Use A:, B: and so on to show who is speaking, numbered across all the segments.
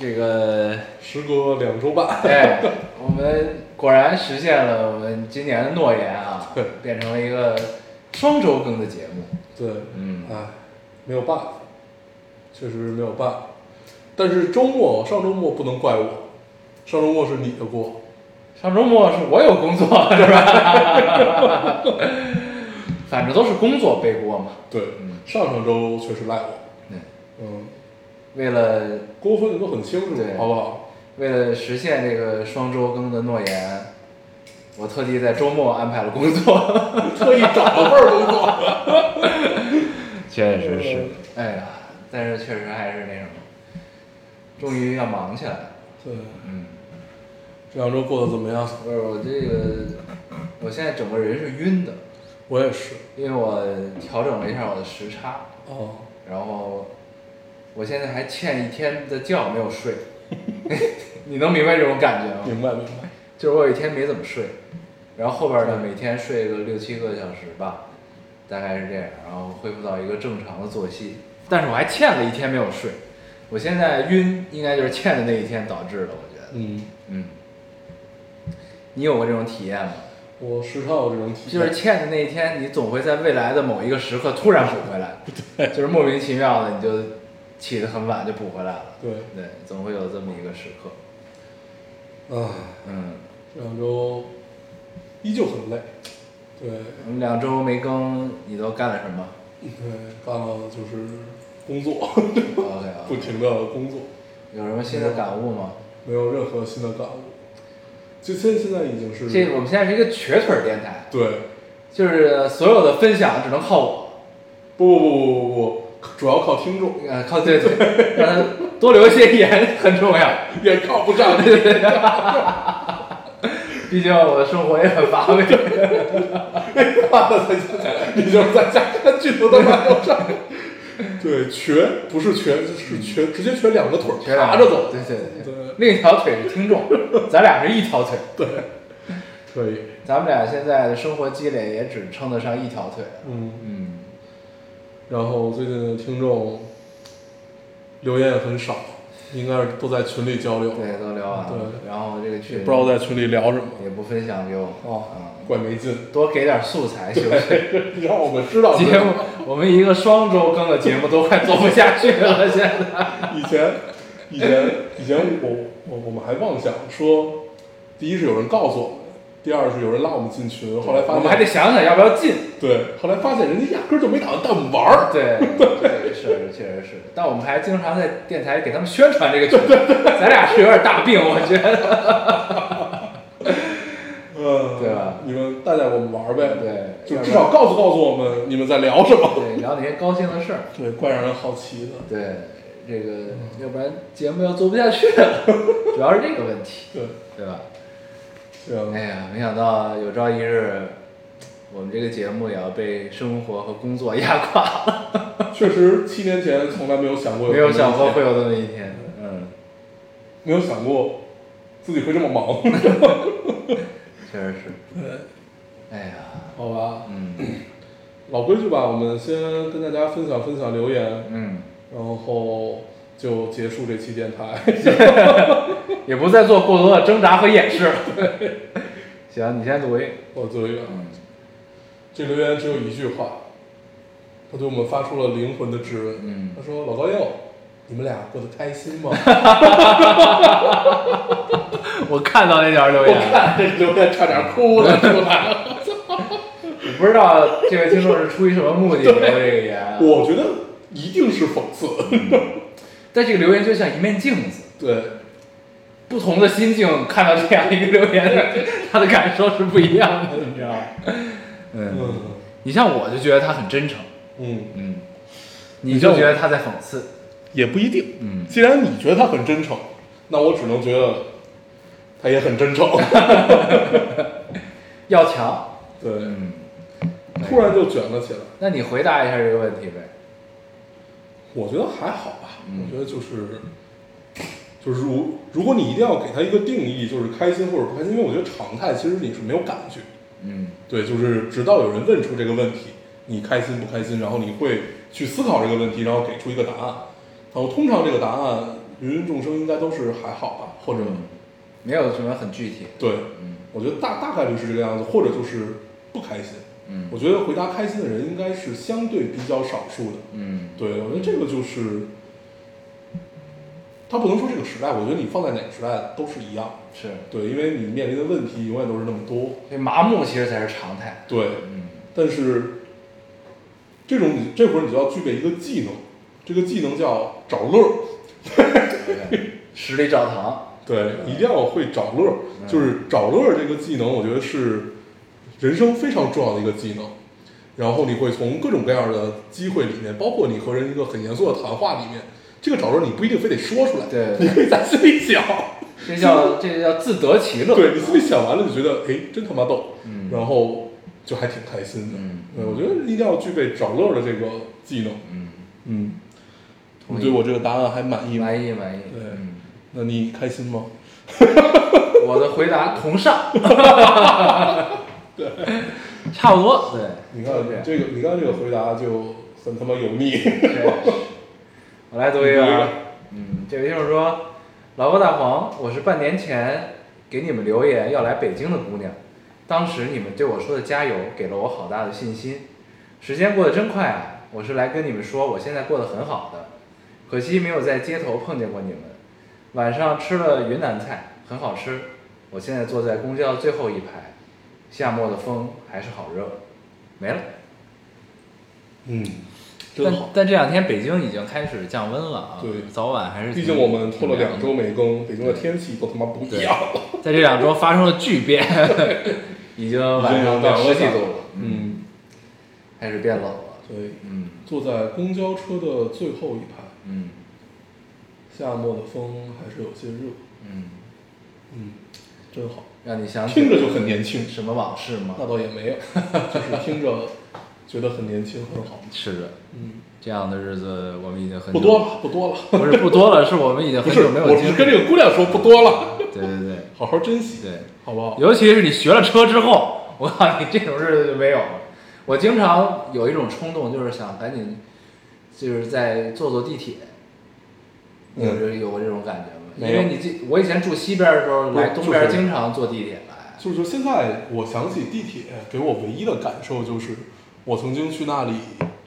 A: 这个，
B: 时隔两周半，
A: 哎，我们果然实现了我们今年的诺言啊，
B: 对
A: 变成了一个双周更的节目。
B: 对，
A: 嗯
B: 哎，没有办法，确实没有办法。但是周末，上周末不能怪我，上周末是你的锅，
A: 上周末是我有工作， 是吧？反正都是工作背锅嘛。
B: 对，
A: 嗯
B: 上上周确实赖我，
A: 嗯，
B: 嗯，
A: 为了
B: 锅分的都很清楚
A: 对，
B: 好不好？
A: 为了实现这个双周更的诺言，我特地在周末安排了工作。
B: 特意找了份儿工作，
A: 确
B: 实是。
A: 哎呀，但是确实还是那什么，终于要忙起来了。
B: 对，
A: 嗯，
B: 这两周过得怎么样？
A: 不是我这个，我现在整个人是晕的，
B: 我也是，
A: 因为我调整了一下我的时差，
B: 哦，
A: 然后我现在还欠一天的觉没有睡。 你能明白这种感觉吗？
B: 明白明白，
A: 就是我有一天没怎么睡，然后后边呢每天睡个六七个小时吧，大概是这样，然后恢复到一个正常的作息。但是我还欠了一天没有睡，我现在晕应该就是欠的那一天导致的，我觉得。
B: 嗯，
A: 嗯，你有过这种体验吗？
B: 我时常有这种体
A: 就是
B: 验，
A: 欠的那一天，你总会在未来的某一个时刻突然补回来，就是莫名其妙的你就起得很晚就补回来了。
B: 对，
A: 对，总会有这么一个时刻。
B: 唉。
A: 嗯，
B: 这两周依旧很累，对，
A: 我们两周没更，你都干了什么
B: 对，呃干了就是工作，
A: ？OK 啊
B: 不，停的工作，
A: 有什么新的感悟吗？
B: 没有任何新的感悟。就现现在已经是
A: 这我们现在是一个瘸腿儿电台，
B: 对，
A: 就是所有的分享只能靠我，
B: 不不不不不不，主要靠听众，
A: 呃，靠对 对，让他多留一些言很重要。
B: 也靠不上。
A: 毕竟我的生活也很乏味。
B: 妈的，在家，你就是在家看剧都他妈要上。对，瘸不是瘸，是瘸，直接瘸两个腿儿，
A: 瘸
B: 爬着走。
A: 对对
B: 对
A: 另一条腿是听众， 咱俩是一条腿。
B: 对，可以，
A: 咱们俩现在的生活积累也只称得上一条腿。
B: 嗯。
A: 嗯，
B: 然后最近的听众留言也很少，应该是都在群里交流，
A: 对，都聊完了。然后这个
B: 也
A: 群
B: 不知道在群里聊什么。
A: 也不分享给我们
B: 哦，
A: 嗯
B: 怪没劲，
A: 多给点素材行不行？
B: 让我们知道
A: 节目，我们一个双周更的节目都快做不下去 了，现在。
B: 以前，以前，以前我我我们还妄想说，第一是有人告诉我们，第二是有人拉我们进群，后来
A: 我
B: 发现
A: 们还得想想要不要进。
B: 对，后来发现人家压根儿就没打算带我们玩儿，
A: 对，这个是确实是，但我们还经常在电台给他们宣传这个群，咱俩是有点大病，我觉得。
B: 嗯，
A: 对吧？
B: 你们带带我们玩儿呗，
A: 对
B: 就
A: 要不然
B: 至少告诉告诉我们你们在聊什么，
A: 对，聊那些高兴的事儿。
B: 对，怪让人好奇的，
A: 对，这个要不然节目要做不下去 了，主要是这个问题，
B: 对，
A: 对吧？
B: 行
A: 哎，呀，没想到有朝一日，我们这个节目也要被生活和工作压垮 了，
B: 确实，七年前从来没有想过，
A: 没有想过会，有这么一天。嗯，
B: 没有想过自己会这么忙。
A: 确实是。哎呀，
B: 好吧，
A: 嗯
B: 老规矩吧，我们先跟大家分享分享留言，
A: 嗯，
B: 然后就结束这期电台。
A: 也不再做过多的挣扎和掩饰。 行，你先读一个。
B: 我作为
A: 嗯，
B: 这留言只有一句话，他对我们发出了灵魂的质问。
A: 嗯
B: 他说：“老高佑，你们俩过得开心吗
A: 我看到那条留？”言
B: 我
A: 了，
B: 看这留言差点 哭了出来。
A: 我不知道这位听众是出于什么目的留这个言啊。
B: 我觉得一定是讽刺。
A: 但这个留言就像一面镜子，
B: 对，
A: 不同的心境看到这样一个留言，他的感受是不一样的，你知道吗？嗯，
B: 嗯
A: 你像我就觉得他很真诚，
B: 嗯，
A: 嗯，你就觉得他在讽刺，
B: 也不一定。
A: 嗯，
B: 既然你觉得他很真诚，那我只能觉得他也很真诚。
A: 要强。
B: 对，
A: 嗯，
B: 突然就卷了起来。
A: 那你回答一下这个问题呗。
B: 我觉得还好吧，
A: 嗯
B: 我觉得就是，就是如如果你一定要给他一个定义，就是开心或者不开心，因为我觉得常态其实你是没有感觉，
A: 嗯
B: 对，就是直到有人问出这个问题，你开心不开心，然后你会去思考这个问题，然后给出一个答案，然后通常这个答案芸芸众生应该都是还好吧，或者、
A: 嗯，没有什么很具体。
B: 对，
A: 嗯
B: 我觉得大大概率是这个样子，或者就是不开心。
A: 嗯
B: 我觉得回答开心的人应该是相对比较少数的，
A: 嗯
B: 对，我觉得这个就是，他不能说这个时代，我觉得你放在哪个时代都是一样。
A: 是，
B: 对，因为你面临的问题永远都是那么多。
A: 这麻木其实才是常态。
B: 对，
A: 嗯
B: 但是这种你这会儿你就要具备一个技能，这个技能叫找乐儿。
A: 对十里澡堂。
B: 对，一定要会找乐儿，
A: 嗯
B: 就是找乐儿这个技能，我觉得是人生非常重要的一个技能。然后你会从各种各样的机会里面，包括你和人一个很严肃的谈话里面，这个找乐儿你不一定非得说出来，
A: 对
B: 你可以在心 里想。
A: 这叫这叫自得其乐。
B: 对你心里想完了，就觉得哎，真他妈逗，
A: 嗯
B: 然后就还挺开心的。
A: 嗯
B: 对，我觉得一定要具备找乐儿的这个技能。
A: 嗯，
B: 嗯，
A: 同
B: 你
A: 意
B: 对我这个答案还满意吗？
A: 满意满意。
B: 对
A: 嗯，
B: 那你开心吗？
A: 我的回答同 上。对，差不多。对，
B: 你
A: 就这
B: 看
A: 样
B: 这个，你看这个回答就很他妈油腻。
A: 对我来读一
B: 你读一
A: 个
B: 个
A: 啊。嗯，这位听众说：“老高大黄，我是半年前给你们留言要来北京的姑娘，当时你们对我说的加油，给了我好大的信心。时间过得真快啊！我是来跟你们说，我现在过得很好的，可惜没有在街头碰见过你们。晚上吃了云南菜，很好吃。我现在坐在公交最后一排，夏末的风还是好热。没了。”
B: 嗯，真
C: 但
B: 好。
C: 但这两天北京已经开始降温了啊，
B: 对
C: 早晚还是
B: 毕
C: 挺
B: 竟我们拖了两，
C: 挺
B: 周没更，北京的天气都他妈不一样了。
C: 凉的在这两周发生了巨 变，
A: 已经晚上到十几度了，
B: 嗯，
A: 开始变冷了。
B: 对，
A: 嗯
B: 坐在公交车的最后一排，
A: 嗯
B: 夏末的风还是有些热。
A: 嗯，
B: 嗯，真好，
A: 让你想起
B: 听着就很年轻。
A: 什么往事吗？
B: 那倒也没有，就是听着觉得很年轻，很好。
C: 是的，
B: 嗯，
C: 这样的日子我们已经
A: 哎
C: 很久
B: 不多，了，不多了。
C: 不是不多了，是我们已经
B: 不
C: 很
B: 是，
C: 久没有
B: 我
C: 经
B: 是
C: 历，
B: 跟这个姑娘说不多了，
C: 对对对
B: 好好珍惜，
C: 对，
B: 好不好？
C: 尤其是你学了车之后，
A: 我告诉你，这种日子就没有了。我经常有一种冲动，就是想赶紧，就是在坐坐地铁。
B: 嗯
A: 有这有过这种感觉吗？因
B: 没有
A: 为你这我以前住西边的时候，
B: 不是
A: 来东边
B: 就是
A: 经常坐地铁来。
B: 就是说，现在我想起地铁给我唯一的感受就是，我曾经去那里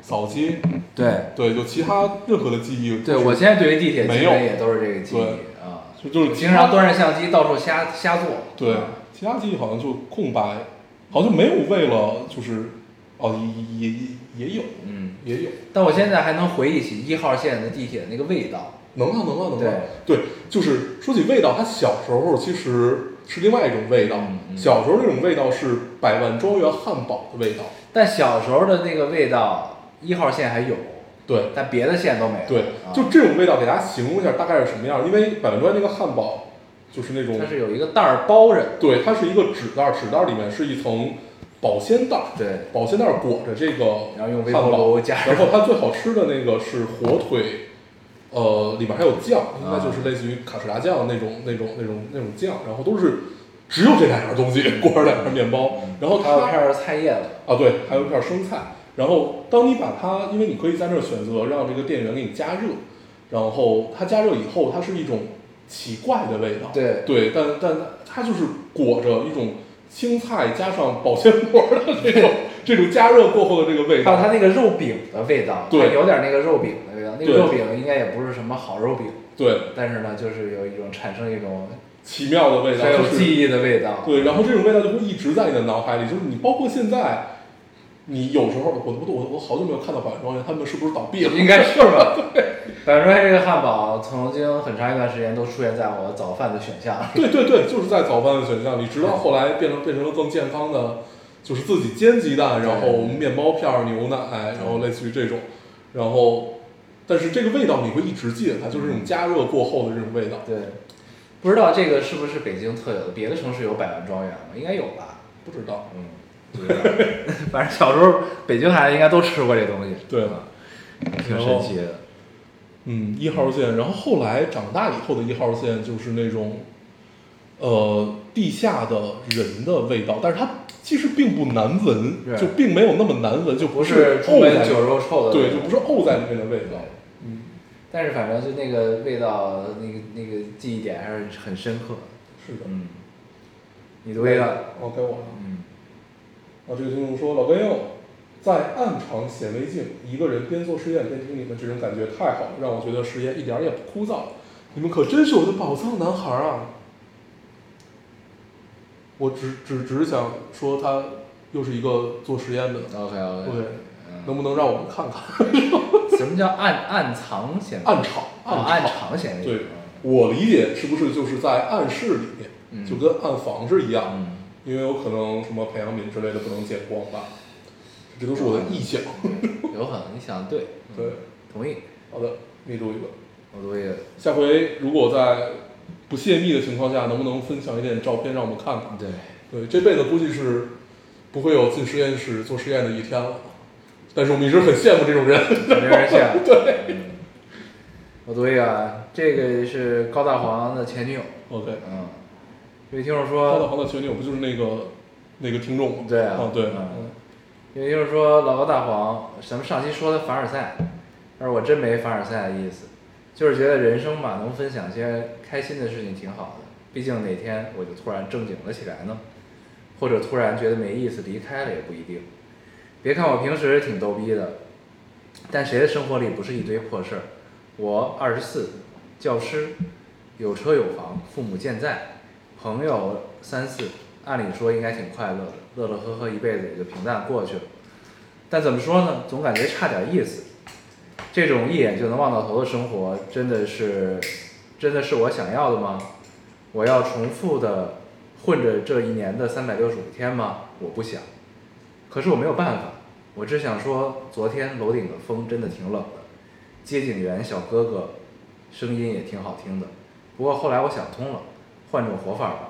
B: 扫街，
A: 对
B: 对，就其他任何的记忆，
A: 对，我现在对于地铁基
B: 没有
A: 本也都是这个记忆啊，
B: 就就是
A: 经常端着相机到处瞎瞎坐。啊
B: 对，其他记忆好像就空白，好像没有为了就是，哦，也也也也有
A: 嗯，
B: 也有，
A: 但我现在还能回忆起一号线的地铁的那个味道。
B: 能啊能啊能啊，对，就是说起味道，它小时候其实是另外一种味道，
A: 嗯
B: 小时候那种味道是百万庄园汉堡的味道，
A: 但小时候的那个味道，一号线还有，
B: 对，
A: 但别的线都没有。
B: 对，
A: 啊、
B: 就这种味道，给大家形容一下大概是什么样儿。因为百万庄园那个汉堡就是那种
A: 它，是有一个袋儿包着。
B: 对，它是一个纸袋儿，纸袋儿里面是一层保鲜袋儿，
A: 对，
B: 保鲜袋儿裹着这个
A: 然后用微波
B: 汉堡
A: 炉，加热。
B: 然后它最好吃的那个是火腿，呃，里面还有酱，应该就是类似于卡士达酱那种那种那种那种酱，然后都是只有这两样东西裹着两片面包，然后
A: 还有
B: 它
A: 片儿菜叶子。
B: 啊，对，还有一片生菜。然后当你把它，因为你可以在那儿选择让这个店员给你加热，然后它加热以后，它是一种奇怪的味道。
A: 对
B: 对，但但它就是裹着一种青菜加上保鲜膜的 这种这种加热过后的这个味
A: 还有它
B: 道。
A: 那个肉饼的味道，
B: 对
A: 它有点那个肉饼的味道。那个
B: 对
A: 肉饼应该也不是什么好肉饼，
B: 对，
A: 但是呢，就是有一种产生一种
B: 奇妙的味道，
A: 很有
B: 就是
A: 记忆的味道。
B: 对，然后这种味道就会一直在你的脑海里，就是你包括现在，你有时候我我我我好久没有看到百万庄园，他们是不是倒闭了？
A: 应该是吧。反正这个汉堡曾经很长一段时间都出现在我早饭的选项。
B: 对对对，就是在早饭的选项里，直到后来变成变成了更健康的，就是自己煎鸡蛋，然后面包片儿、牛奶，然后类似于这种，然后，但是这个味道你会一直记得它，就是这种加热过后的这种味道。
A: 对，
D: 不知道这个是不是北京特有的？别的城市有百万庄园吗？应该有吧。
B: 不知道。
D: 嗯，不知道 反正小时候北京孩子应该都吃过这东西。
B: 对
D: 啊，挺神奇的。
B: 嗯，一号线，然后后来长大以后的一号线就是那种，呃，地下的人的味道，但是它其实并不难闻，
D: 对
B: 就并没有那么难闻，就
D: 不
B: 是
D: 是
B: 沤
D: 出
B: 在
D: 门
B: 里
D: 酒
B: 面，
D: 肉臭的，
B: 对，就不是沤在里面的味道嗯
D: 对。但是反正就那个味道，那个那个记忆点还是很深刻。
B: 是的，
D: 嗯，你读一个，
B: 哦，该我了。
D: 嗯，
B: 啊，这个听众说，老根佑在暗场显微镜，一个人边做实验边听你们，这种感觉太好了，让我觉得实验一点儿也不枯燥。你们可真是我的宝藏男孩啊！我只只只是想说，他又是一个做实验的，
D: OK OK，
B: 对
D: 嗯
B: 能不能让我们看看
D: 什么叫暗暗藏显微？
B: 暗场？
D: 哦暗
B: 暗场，
D: 藏显微
B: 对
D: 镜，
B: 我理解是不是就是在暗室里面，
D: 嗯
B: 就跟暗房是一样的，
D: 嗯，
B: 因为有可能什么培养皿之类的不能见光吧？这都是我的臆想。
D: 有可能你想的对，嗯
B: 对，
D: 同意。
B: 好的，你读一个。
D: 我读一个，
B: 下回如果在不泄密的情况下，能不能分享一点照片让我们看看？
D: 对，
B: 对，这辈子估计是不会有进实验室做实验的一天了。但是我们一直很羡慕这种人。
D: 没人信。对，嗯我读一个，啊，这个是高大黄的前女友，
B: OK，
D: 嗯，这位听众
B: 高
D: 说
B: 大。黄的前女友不就是那个那个听众吗？
D: 对啊
B: 哦对，
D: 嗯也就是说，老高大黄，咱们上期说的凡尔赛，但是我真没凡尔赛的意思，就是觉得人生嘛，能分享些开心的事情挺好的。毕竟哪天我就突然正经了起来呢，或者突然觉得没意思离开了也不一定。别看我平时挺逗逼的，但谁的生活里不是一堆破事儿？我二十四，教师，有车有房，父母健在，朋友三四，按理说应该挺快乐的，乐乐呵呵一辈子也就平淡过去了。但怎么说呢，总感觉差点意思。这种一眼就能望到头的生活，真的是，真的是我想要的吗？我要重复的混着这一年的三百六十五天吗？我不想。可是我没有办法，我只想说，昨天楼顶的风真的挺冷的，接警员小哥哥声音也挺好听的。不过后来我想通了，换种活法吧。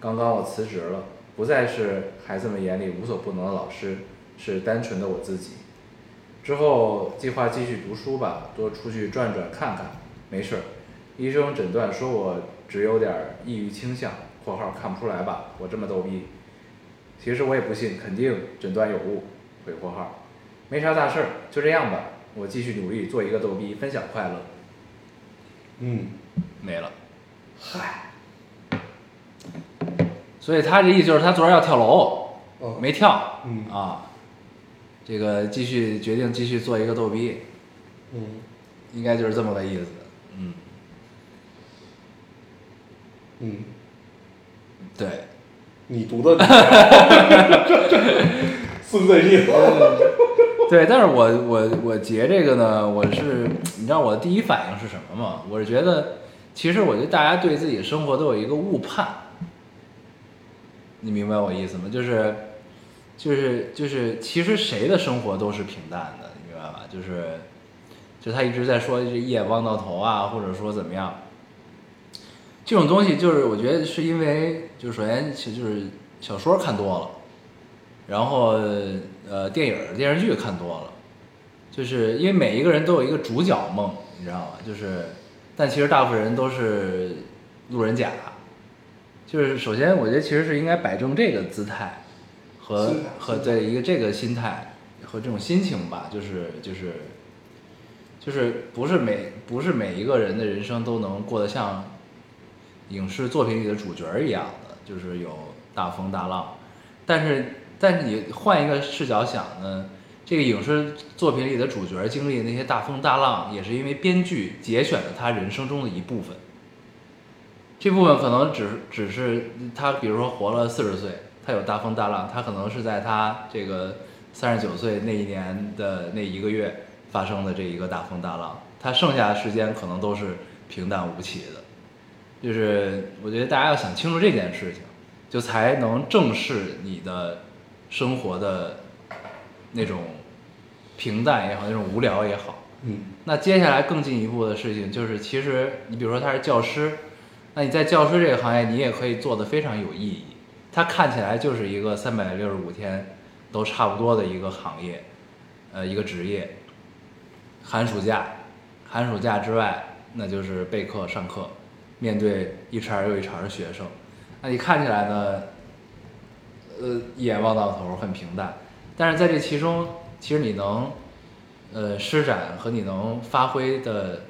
D: 刚刚我辞职了，不再是孩子们眼里无所不能的老师，是单纯的我自己。之后计划继续读书吧，多出去转转看看。没事儿，医生诊断说我只有点儿抑郁倾向（括号看不出来吧，我这么逗逼）。其实我也不信，肯定诊断有误。回括号，没啥大事儿，就这样吧。我继续努力做一个逗逼，分享快乐。
B: 嗯，
A: 没了。
D: 嗨，
A: 所以他这意思就是他昨儿要跳楼，
B: 哦
A: 没跳，
B: 嗯
A: 啊，这个继续决定继续做一个逗逼，
B: 嗯
A: 应该就是这么个意思。嗯，
B: 嗯，
A: 对，
B: 你读 的， 孙子意
D: 嗯
A: 对，但是我我我截这个呢，我是你知道我的第一反应是什么吗？我是觉得，其实我觉得大家对自己的生活都有一个误判，你明白我意思吗？就是就是就是，其实谁的生活都是平淡的，你明白吧？就是就他一直在说这一眼望到头啊，或者说怎么样，这种东西就是我觉得是因为就是首先其实就是小说看多了。然后呃，电影儿电视剧看多了，就是因为每一个人都有一个主角梦，你知道吗？就是，但其实大部分人都是路人甲。就是首先，我觉得其实是应该摆正这个姿态和
B: 心态
A: 和对一个这个心态和这种心情吧，就是就是就是不是每不是每一个人的人生都能过得像影视作品里的主角儿一样的，就是有大风大浪。但是，但是你换一个视角想呢，这个影视作品里的主角经历那些大风大浪，也是因为编剧节选了他人生中的一部分。这部分可能只只是他，比如说活了四十岁，他有大风大浪，他可能是在他这个三十九岁那一年的那一个月发生的这一个大风大浪，他剩下的时间可能都是平淡无奇的。就是我觉得大家要想清楚这件事情，就才能正视你的生活的那种平淡也好，那种无聊也好。
B: 嗯
A: 那接下来更进一步的事情就是，其实你比如说他是教师，那你在教师这个行业，你也可以做得非常有意义。它看起来就是一个三百六十五天都差不多的一个行业，呃，一个职业。寒暑假，寒暑假之外，那就是备课、上课，面对一茬儿又一茬儿的学生。那你看起来呢，呃，一眼望到头，很平淡。但是在这其中，其实你能，呃，施展和你能发挥的，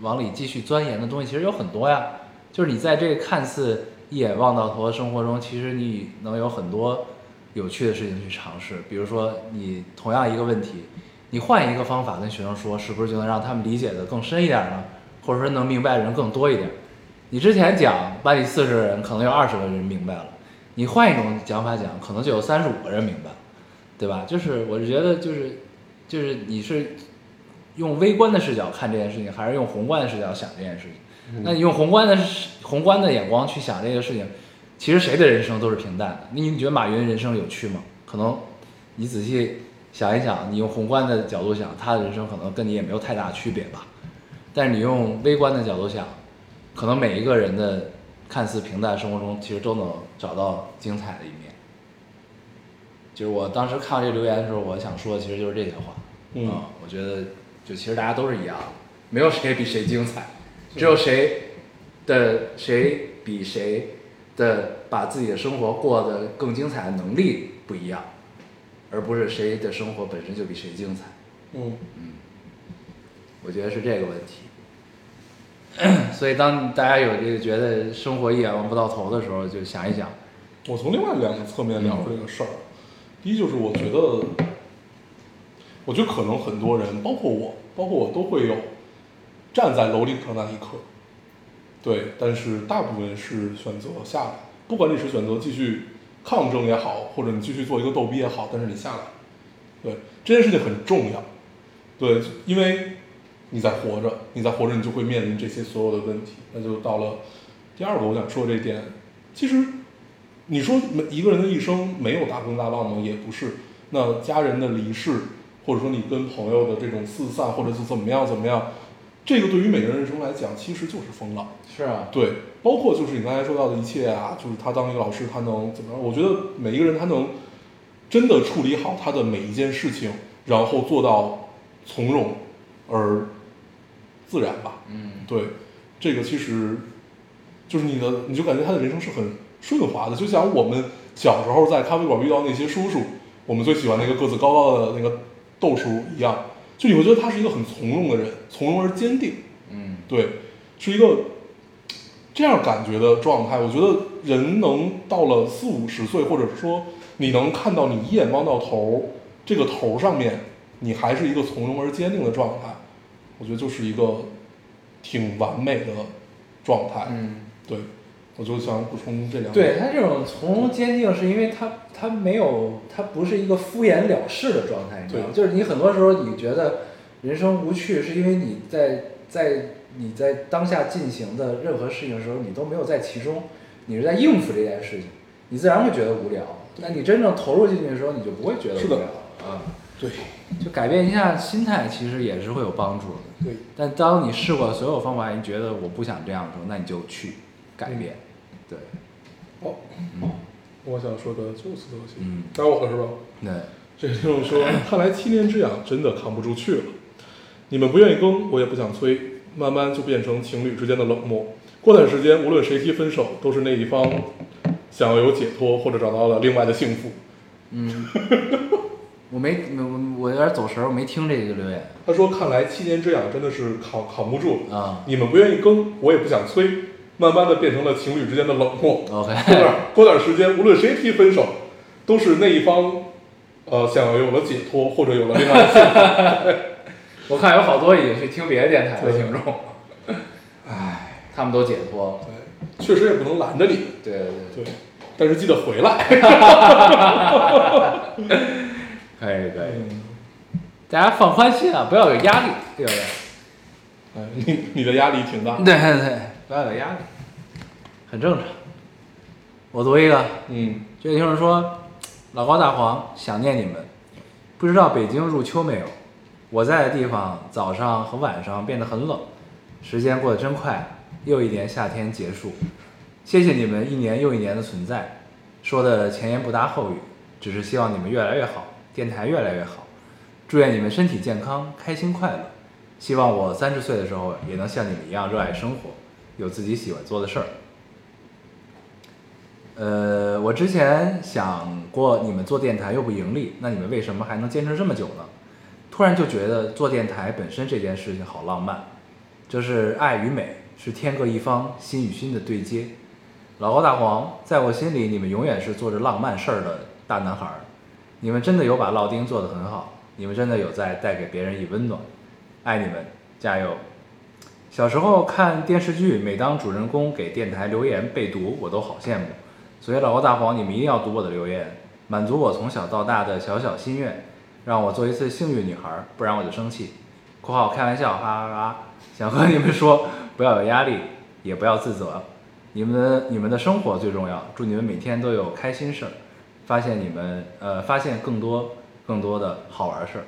A: 往里继续钻研的东西，其实有很多呀。就是你在这个看似一眼望到头的生活中，其实你能有很多有趣的事情去尝试。比如说，你同样一个问题，你换一个方法跟学生说，是不是就能让他们理解的更深一点呢？或者说能明白的人更多一点？你之前讲班里四十人，可能有二十个人明白了；你换一种讲法讲，可能就有三十五个人明白了，对吧？就是我是觉得，就是就是你是用微观的视角看这件事情，还是用宏观的视角想这件事情？那你用宏观的视宏观的眼光去想这个事情，其实谁的人生都是平淡的。你你觉得马云人生有趣吗？可能你仔细想一想，你用宏观的角度想，他的人生可能跟你也没有太大区别吧。但是你用微观的角度想，可能每一个人的看似平淡生活中，其实都能找到精彩的一面。就是我当时看到这留言的时候，我想说的其实就是这些话。啊
B: 嗯
A: 我觉得就其实大家都是一样的，没有谁比谁精彩，只有谁的谁比谁的把自己的生活过得更精彩的能力不一样，而不是谁的生活本身就比谁精彩。
B: 嗯，
A: 我觉得是这个问题。所以当大家有这个觉得生活一眼望不到头的时候，就想一想，
B: 我从另外两个侧面聊这个事儿。第一就是我觉得，我觉得可能很多人，包括我，包括我都会有站在楼顶上那一刻，对，但是大部分是选择下来，不管你是选择继续抗争也好，或者你继续做一个逗逼也好，但是你下来，对这件事情很重要，对，因为你在活着，你在活着，你就会面临这些所有的问题，那就到了第二个我想说的这点，其实你说每一个人的一生没有大风大浪吗？也不是。那家人的离世，或者说你跟朋友的这种四散，或者是怎么样怎么样，这个对于每个人人生来讲，其实就是风浪。
D: 是啊，
B: 对，包括就是你刚才说到的一切啊，就是他当一个老师，他能怎么样？我觉得每一个人他能真的处理好他的每一件事情，然后做到从容而自然吧。
A: 嗯，
B: 对，这个其实就是你的，你就感觉他的人生是很顺滑的，就像我们小时候在咖啡馆遇到那些叔叔，我们最喜欢那个个子高高的那个豆叔一样，就你会觉得他是一个很从容的人，从容而坚定。
A: 嗯，
B: 对，是一个这样感觉的状态。我觉得人能到了四五十岁，或者说你能看到你一眼望到头，这个头上面你还是一个从容而坚定的状态，我觉得就是一个挺完美的状态。
D: 嗯，
B: 对，我就想补充这两点。
D: 对他这种从容坚定，是因为他他没有他不是一个敷衍了事的状态，你知道吗？就是你很多时候你觉得人生无趣，是因为你在在你在当下进行的任何事情的时候，你都没有在其中，你是在应付这件事情，你自然会觉得无聊。那你真正投入进去的时候，你就不会觉得
B: 是
D: 无
B: 的
D: 聊啊。
B: 对
A: 就改变一下心态，其实也是会有帮助的。
B: 对
A: 但当你试过所有方法，你觉得我不想这样的时候，那你就去改变。对，
B: 哦，我想说的就是这些。
A: 嗯，
B: 该我了是吧？
A: 对，
B: 这听众说，看来七年之痒真的扛不住去了。你们不愿意更，我也不想催，慢慢就变成情侣之间的冷漠。过段时间，无论谁提分手，都是那一方想要有解脱，或者找到了另外的幸福。
A: 我没，我我有点走神儿，我没听这个留言
B: 他说，看来七年之痒真的是扛扛不住了。
A: 啊。
B: 你们不愿意更，我也不想催，慢慢的变成了情侣之间的冷漠。
A: OK，
B: 过段过段时间，无论谁提分手，都是那一方呃想要有了解脱，或者有了另外的 幸福。
D: 我看有好多已经去听别的电台的听众，唉，他们都解脱了。
B: 对，哎确实也不能拦着你。
D: 对对对。
B: 对，但是记得回来。
A: 可以可以，
B: 嗯
A: 大家放宽心啊，不要有压力，对不对？
B: 哎，你你的压力挺大。
A: 对对对，不要有压力，很正常。我读一个，
B: 嗯，
A: 这位听众说：“老高大黄，想念你们，不知道北京入秋没有？我在的地方早上和晚上变得很冷，时间过得真快，又一年夏天结束，谢谢你们一年又一年的存在，说的前言不搭后语，只是希望你们越来越好，电台越来越好，祝愿你们身体健康，开心快乐。希望我三十岁的时候也能像你们一样热爱生活，有自己喜欢做的事儿。呃，我之前想过，你们做电台又不盈利，那你们为什么还能坚持这么久呢？突然就觉得做电台本身这件事情好浪漫，就是爱与美是天各一方，心与心的对接。老高、大黄，在我心里，你们永远是做着浪漫事儿的大男孩儿。你们真的有把烙丁做得很好，你们真的有在带给别人以温暖。爱你们，加油！小时候看电视剧，每当主人公给电台留言背读，我都好羡慕。所以老高大黄，你们一定要读我的留言，满足我从小到大的小小心愿，让我做一次幸运女孩，不然我就生气。（括号开玩笑，哈哈哈！）想和你们说，不要有压力，也不要自责，你们的你们的生活最重要。祝你们每天都有开心事儿，发现你们呃发现更多更多的好玩事儿。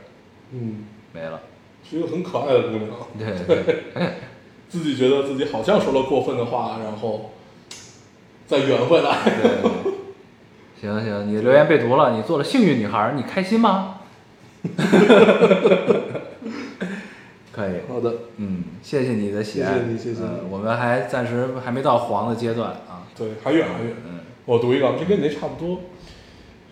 B: 嗯，
A: 没了。
B: 是一个很可爱的姑娘，
A: 对对，
B: 自己觉得自己好像说了过分的话，然后再圆回来。
A: 对，行行，你的留言被读了，你做了幸运女孩儿，你开心吗？ 可以，
B: 好的，
A: 嗯，谢谢你的喜爱，
B: 谢谢你谢谢你
A: 呃我们还暂时还没到黄的阶段啊，
B: 对，还远还远。
A: 嗯，
B: 我读一个，这跟你那差不多。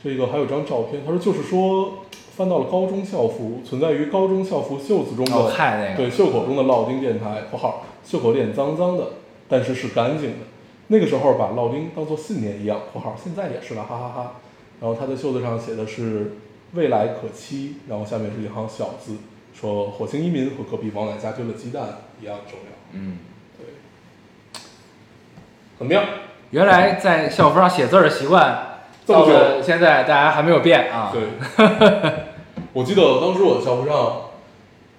B: 这个还有张照片，他说就是说翻到了高中校服，存在于高中校服袖子中的、
A: 哦看那个
B: 对袖口中的烙丁电台（括号袖口店脏脏的，但是是干净的）。那个时候把烙丁当做信念一样（括号现在也是了，哈哈哈然后他的袖子上写的是“未来可期”，然后下面是一行小字，说火星移民和隔壁王奶家丢了鸡蛋一样重要。
A: 嗯，
B: 对，很妙。
A: 原来在校服上写字儿的习惯，
B: 这么
A: 到
B: 久
A: 了现在大家还没有变啊，
B: 对， 我记得当时我的校服上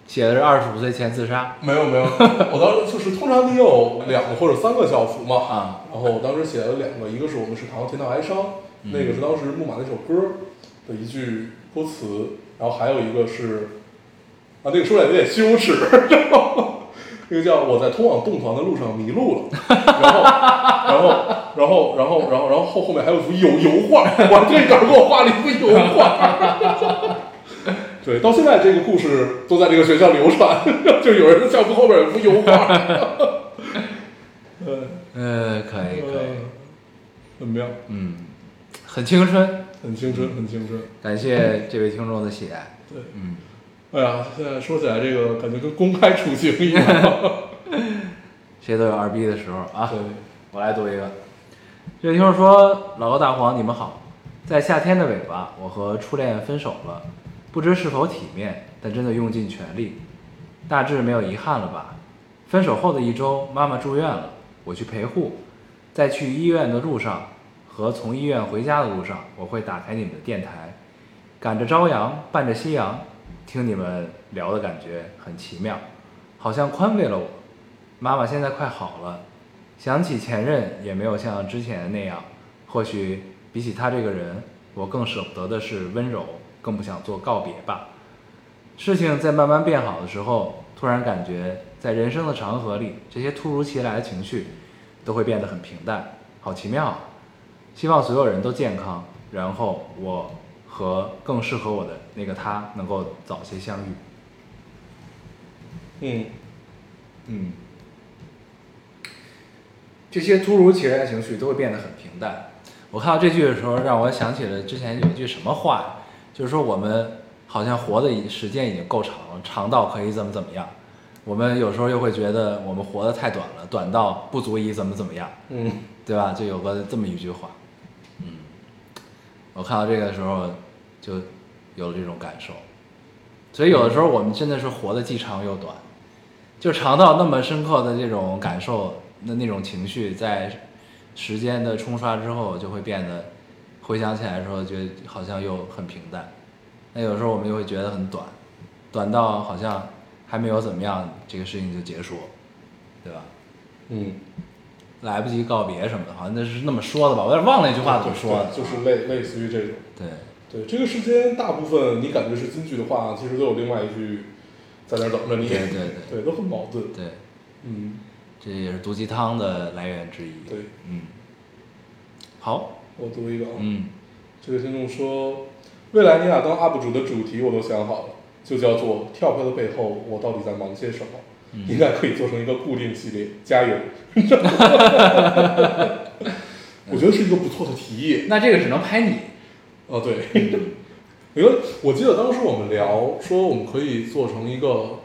A: 写的是二十五岁前自杀，
B: 没有没有，我当时就是通常你有两个或者三个校服嘛，
A: 啊，
B: 然后我当时写了两个，一个是我们食堂甜到哀伤，那个是当时木马那首歌的一句歌词，然后还有一个是啊，那个说来有点羞耻， 然后那个叫我在通往洞房的路上迷路了，然后然后然后然后然后然后后后面还有一幅油油画， 我这稿给我画了一幅油画。对，到现在这个故事都在这个学校流传， 就有人校服后边有幅油画。 呃，
A: 呃，可以可以，
B: 嗯很妙，
A: 嗯，很青春，
B: 很青春，很青春。
A: 感谢这位听众的喜爱，
B: 对，
A: 嗯。
B: 哎呀，现在说起来这个感觉跟公开处刑一 样。
A: 谁都有二逼的时候啊。
B: 对，
A: 我来读一个。这位听众说：“老高大黄，你们好，在夏天的尾巴，我和初恋分手了，不知是否体面，但真的用尽全力，大致没有遗憾了吧。分手后的一周，妈妈住院了，我去陪护，在去医院的路上和从医院回家的路上，我会打开你们的电台，赶着朝阳，伴着夕阳，听你们聊的感觉很奇妙，好像宽慰了我。妈妈现在快好了，想起前任也没有像之前那样，或许比起他这个人，我更舍不得的是温柔，更不想做告别吧。事情在慢慢变好的时候，突然感觉在人生的长河里，这些突如其来的情绪都会变得很平淡，好奇妙啊！希望所有人都健康，然后我和更适合我的那个他能够早些相遇。
B: 嗯，
A: 嗯，这些突如其来的情绪都会变得很平淡。我看到这句的时候，让我想起了之前有一句什么话，就是说我们好像活的已时间已经够长了，长到可以怎么怎么样。我们有时候又会觉得我们活得太短了，短到不足以怎么怎么样，
B: 嗯，
A: 对吧？就有个这么一句话。嗯，我看到这个的时候就有了这种感受。所以有的时候我们真的是活得既长又短，就尝到那么深刻的这种感受，那那种情绪，在时间的冲刷之后，就会变得回想起来的时候，觉得好像又很平淡。那有时候我们又会觉得很短，短到好像还没有怎么样，这个事情就结束了，对吧？
B: 嗯，
A: 来不及告别什么的，好像那是那么说的吧？我有点忘了那句话怎么说啊的。
B: 对就是类类似于这种。
A: 对，
B: 对，这个世间大部分你感觉是金句的话，其实都有另外一句在那儿等着你。
A: 对对
B: 对，都很矛盾。
A: 对。
B: 嗯，
A: 这也是毒鸡汤的来源之一。
B: 对，
A: 嗯，好，
B: 我读一个啊，
A: 嗯，
B: 这个听众说，未来你俩当 UP 主的主题我都想好了，就叫做“跳票的背后，我到底在忙些什么”。应该可以做成一个固定系列，加油！ 我觉得是一个不错的提议。
A: 那这个只能拍你，
B: 哦，对，我觉得我记得当时我们聊说我们可以做成一个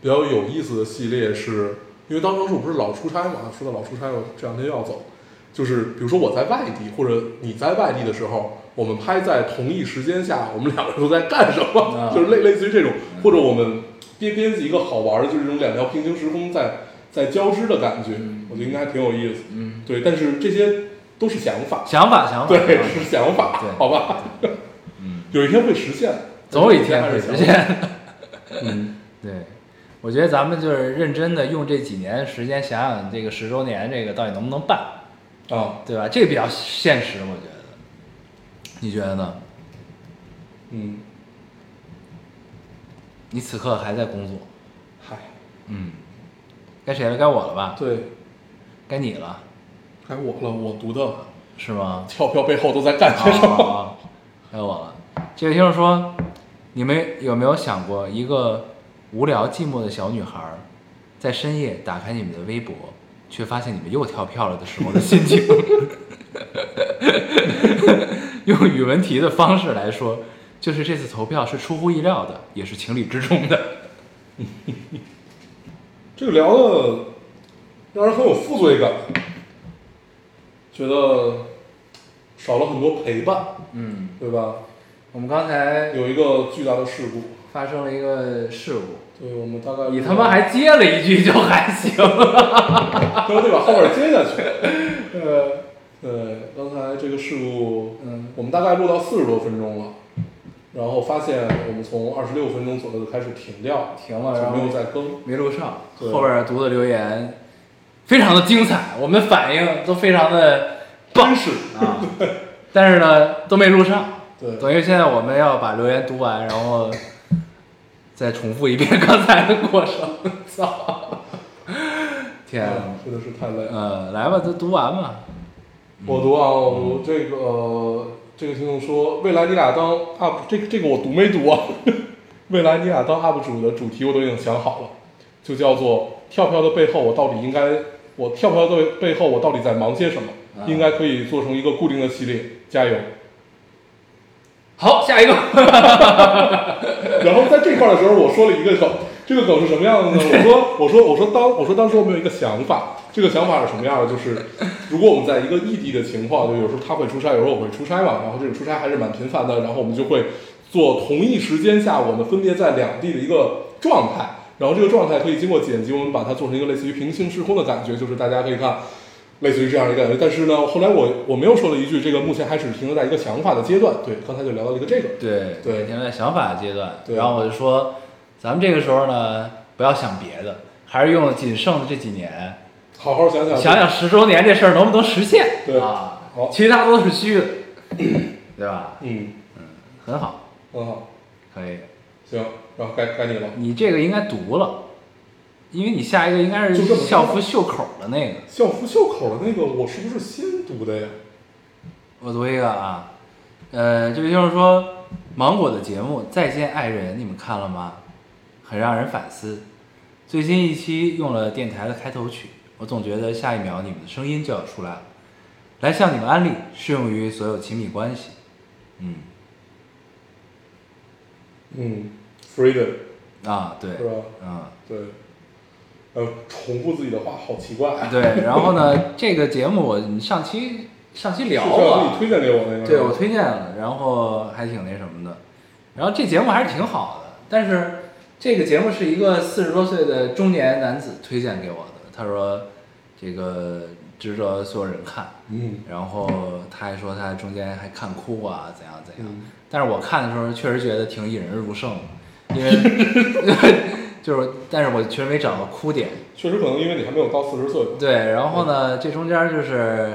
B: 比较有意思的系列是，因为当时我不是老出差嘛，说到老出差，我这两天又要走，就是比如说我在外地或者你在外地的时候，我们拍在同一时间下，我们两个人都在干什么，
A: 啊嗯
B: 就是类类似于这种，或者我们编编辑一个好玩的，就是这种两条平行时空在在交织的感觉，我觉得应该还挺有意思。
A: 嗯，
B: 对，但是这些都是想法，
A: 想法想法，
B: 对，是想
A: 嗯
B: 法
A: 对，
B: 好吧？
A: 嗯，
B: 有一天会实现，
A: 总有一天会实现。
B: 嗯，
A: 对，我觉得咱们就是认真的用这几年时间想想这个十周年这个到底能不能办，
B: 啊，
A: 对吧？这比较现实，我觉得。你觉得呢？
B: 嗯，
A: 你此刻还在工作，
B: 嗨，
A: 嗯，该谁了？该我了吧？
B: 对，
A: 该你了，
B: 该我了，我读的
A: 是 吗？
B: 跳票背后都在干些什么？
A: 啊，该我了。这位听众说，你们有没有想过，一个无聊寂寞的小女孩，在深夜打开你们的微博，却发现你们又跳票了的时候的心情？ 用语文题的方式来说，就是这次投票是出乎意料的，也是情理之中的。
B: 这个聊的让人很有负罪感，觉得少了很多陪伴，
D: 嗯，
B: 对吧？
D: 我们刚才
B: 有一个巨大的事故，
D: 发生了一个事故，
B: 对我们大概
D: 你他妈还接了一句就还行，
B: 对对把后面接下去， 呃，对，刚才这个事故
D: 嗯
B: 我们大概录到四十多分钟了，然后发现我们从二十六分钟左右就开始停掉，
D: 停了，
B: 就
D: 然
B: 没有
D: 后
B: 再更。
D: 没录上，
B: 对
A: 后边读的留言非常的精彩，我们反应都非常的棒
B: 是
A: 啊， 但是呢都没录上。
B: 对，
A: 等于现在我们要把留言读完，然后再重复一遍 刚才的过程。操！天啊，
B: 嗯真的是太累了。
A: 呃，来吧，都读完吧。
B: 我读啊，我读这个、呃这个听众说，未来你俩当 UP，这个这个我读没读啊？ 未来你俩当 UP 主的主题我都已经想好了，就叫做跳票的背后我到底应该，我跳票的背后我到底在忙些什么？
D: 啊
B: 应该可以做成一个固定的系列，加油！
D: 好，下一个，
B: 然后在这块儿的时候，我说了一个梗，这个梗是什么样的 呢？我说，我说，我说当我说当时我们有一个想法，这个想法是什么样的？就是 如果我们在一个异地的情况，就有时候他会出差，有时候我会出差嘛，然后这种出差还是蛮频繁的，然后我们就会做同一时间下我们分别在两地的一个状态，然后这个状态可以经过剪辑，我们把它做成一个类似于平行时空的感觉，就是大家可以看。类似于这样一个感觉，但是呢，后来我我没有说了一句，这个目前还只停留在一个想法的阶段。对，刚才就聊到了一个这个，
A: 对
B: 对
A: 停在想法阶段。
B: 对
A: 然后我就说，咱们这个时候呢，不要想别的，还是用仅剩的这几年，
B: 好好想想，
A: 想想十周年这事儿能不能实现
B: 对
A: 啊
B: 好？
A: 其他都是虚的， 对吧？
B: 嗯，
A: 很好，
B: 很好，
A: 可以。
B: 行，然后该该你了。
A: 你这个应该读了，因为你下一个应该是
B: 就这么
A: 校服袖口的那个。
B: 校服袖口的那个，我是不是先读的呀？
A: 我读一个啊，呃，这位听众说，芒果的节目《再见爱人》你们看了吗？很让人反思。最新一期用了电台的开头曲，我总觉得下一秒你们的声音就要出来了。来向你们安利，适用于所有亲密关系。嗯，
B: 嗯，freedom
A: 啊，对，
B: 是吧？
A: 嗯。
B: 对，呃，重复自己的话好奇怪 啊。
A: 对，然后呢，这个节目我你上期上期聊
B: 是上次
A: 了
B: 你，推荐给我那个。
A: 对，我推荐了，然后还挺那什么的，然后这节目还是挺好的，但是这个节目是一个四十多岁的中年男子推荐给我的，他说这个值得所有人看，
B: 嗯
A: 然后他还说他中间还看哭啊，怎样怎样，
B: 嗯
A: 但是我看的时候确实觉得挺引人入胜的， 因为 就是，但是我确实没找到哭点，
B: 确实可能因为你还没有到四十岁吧。
A: 对，然后呢，这中间就是，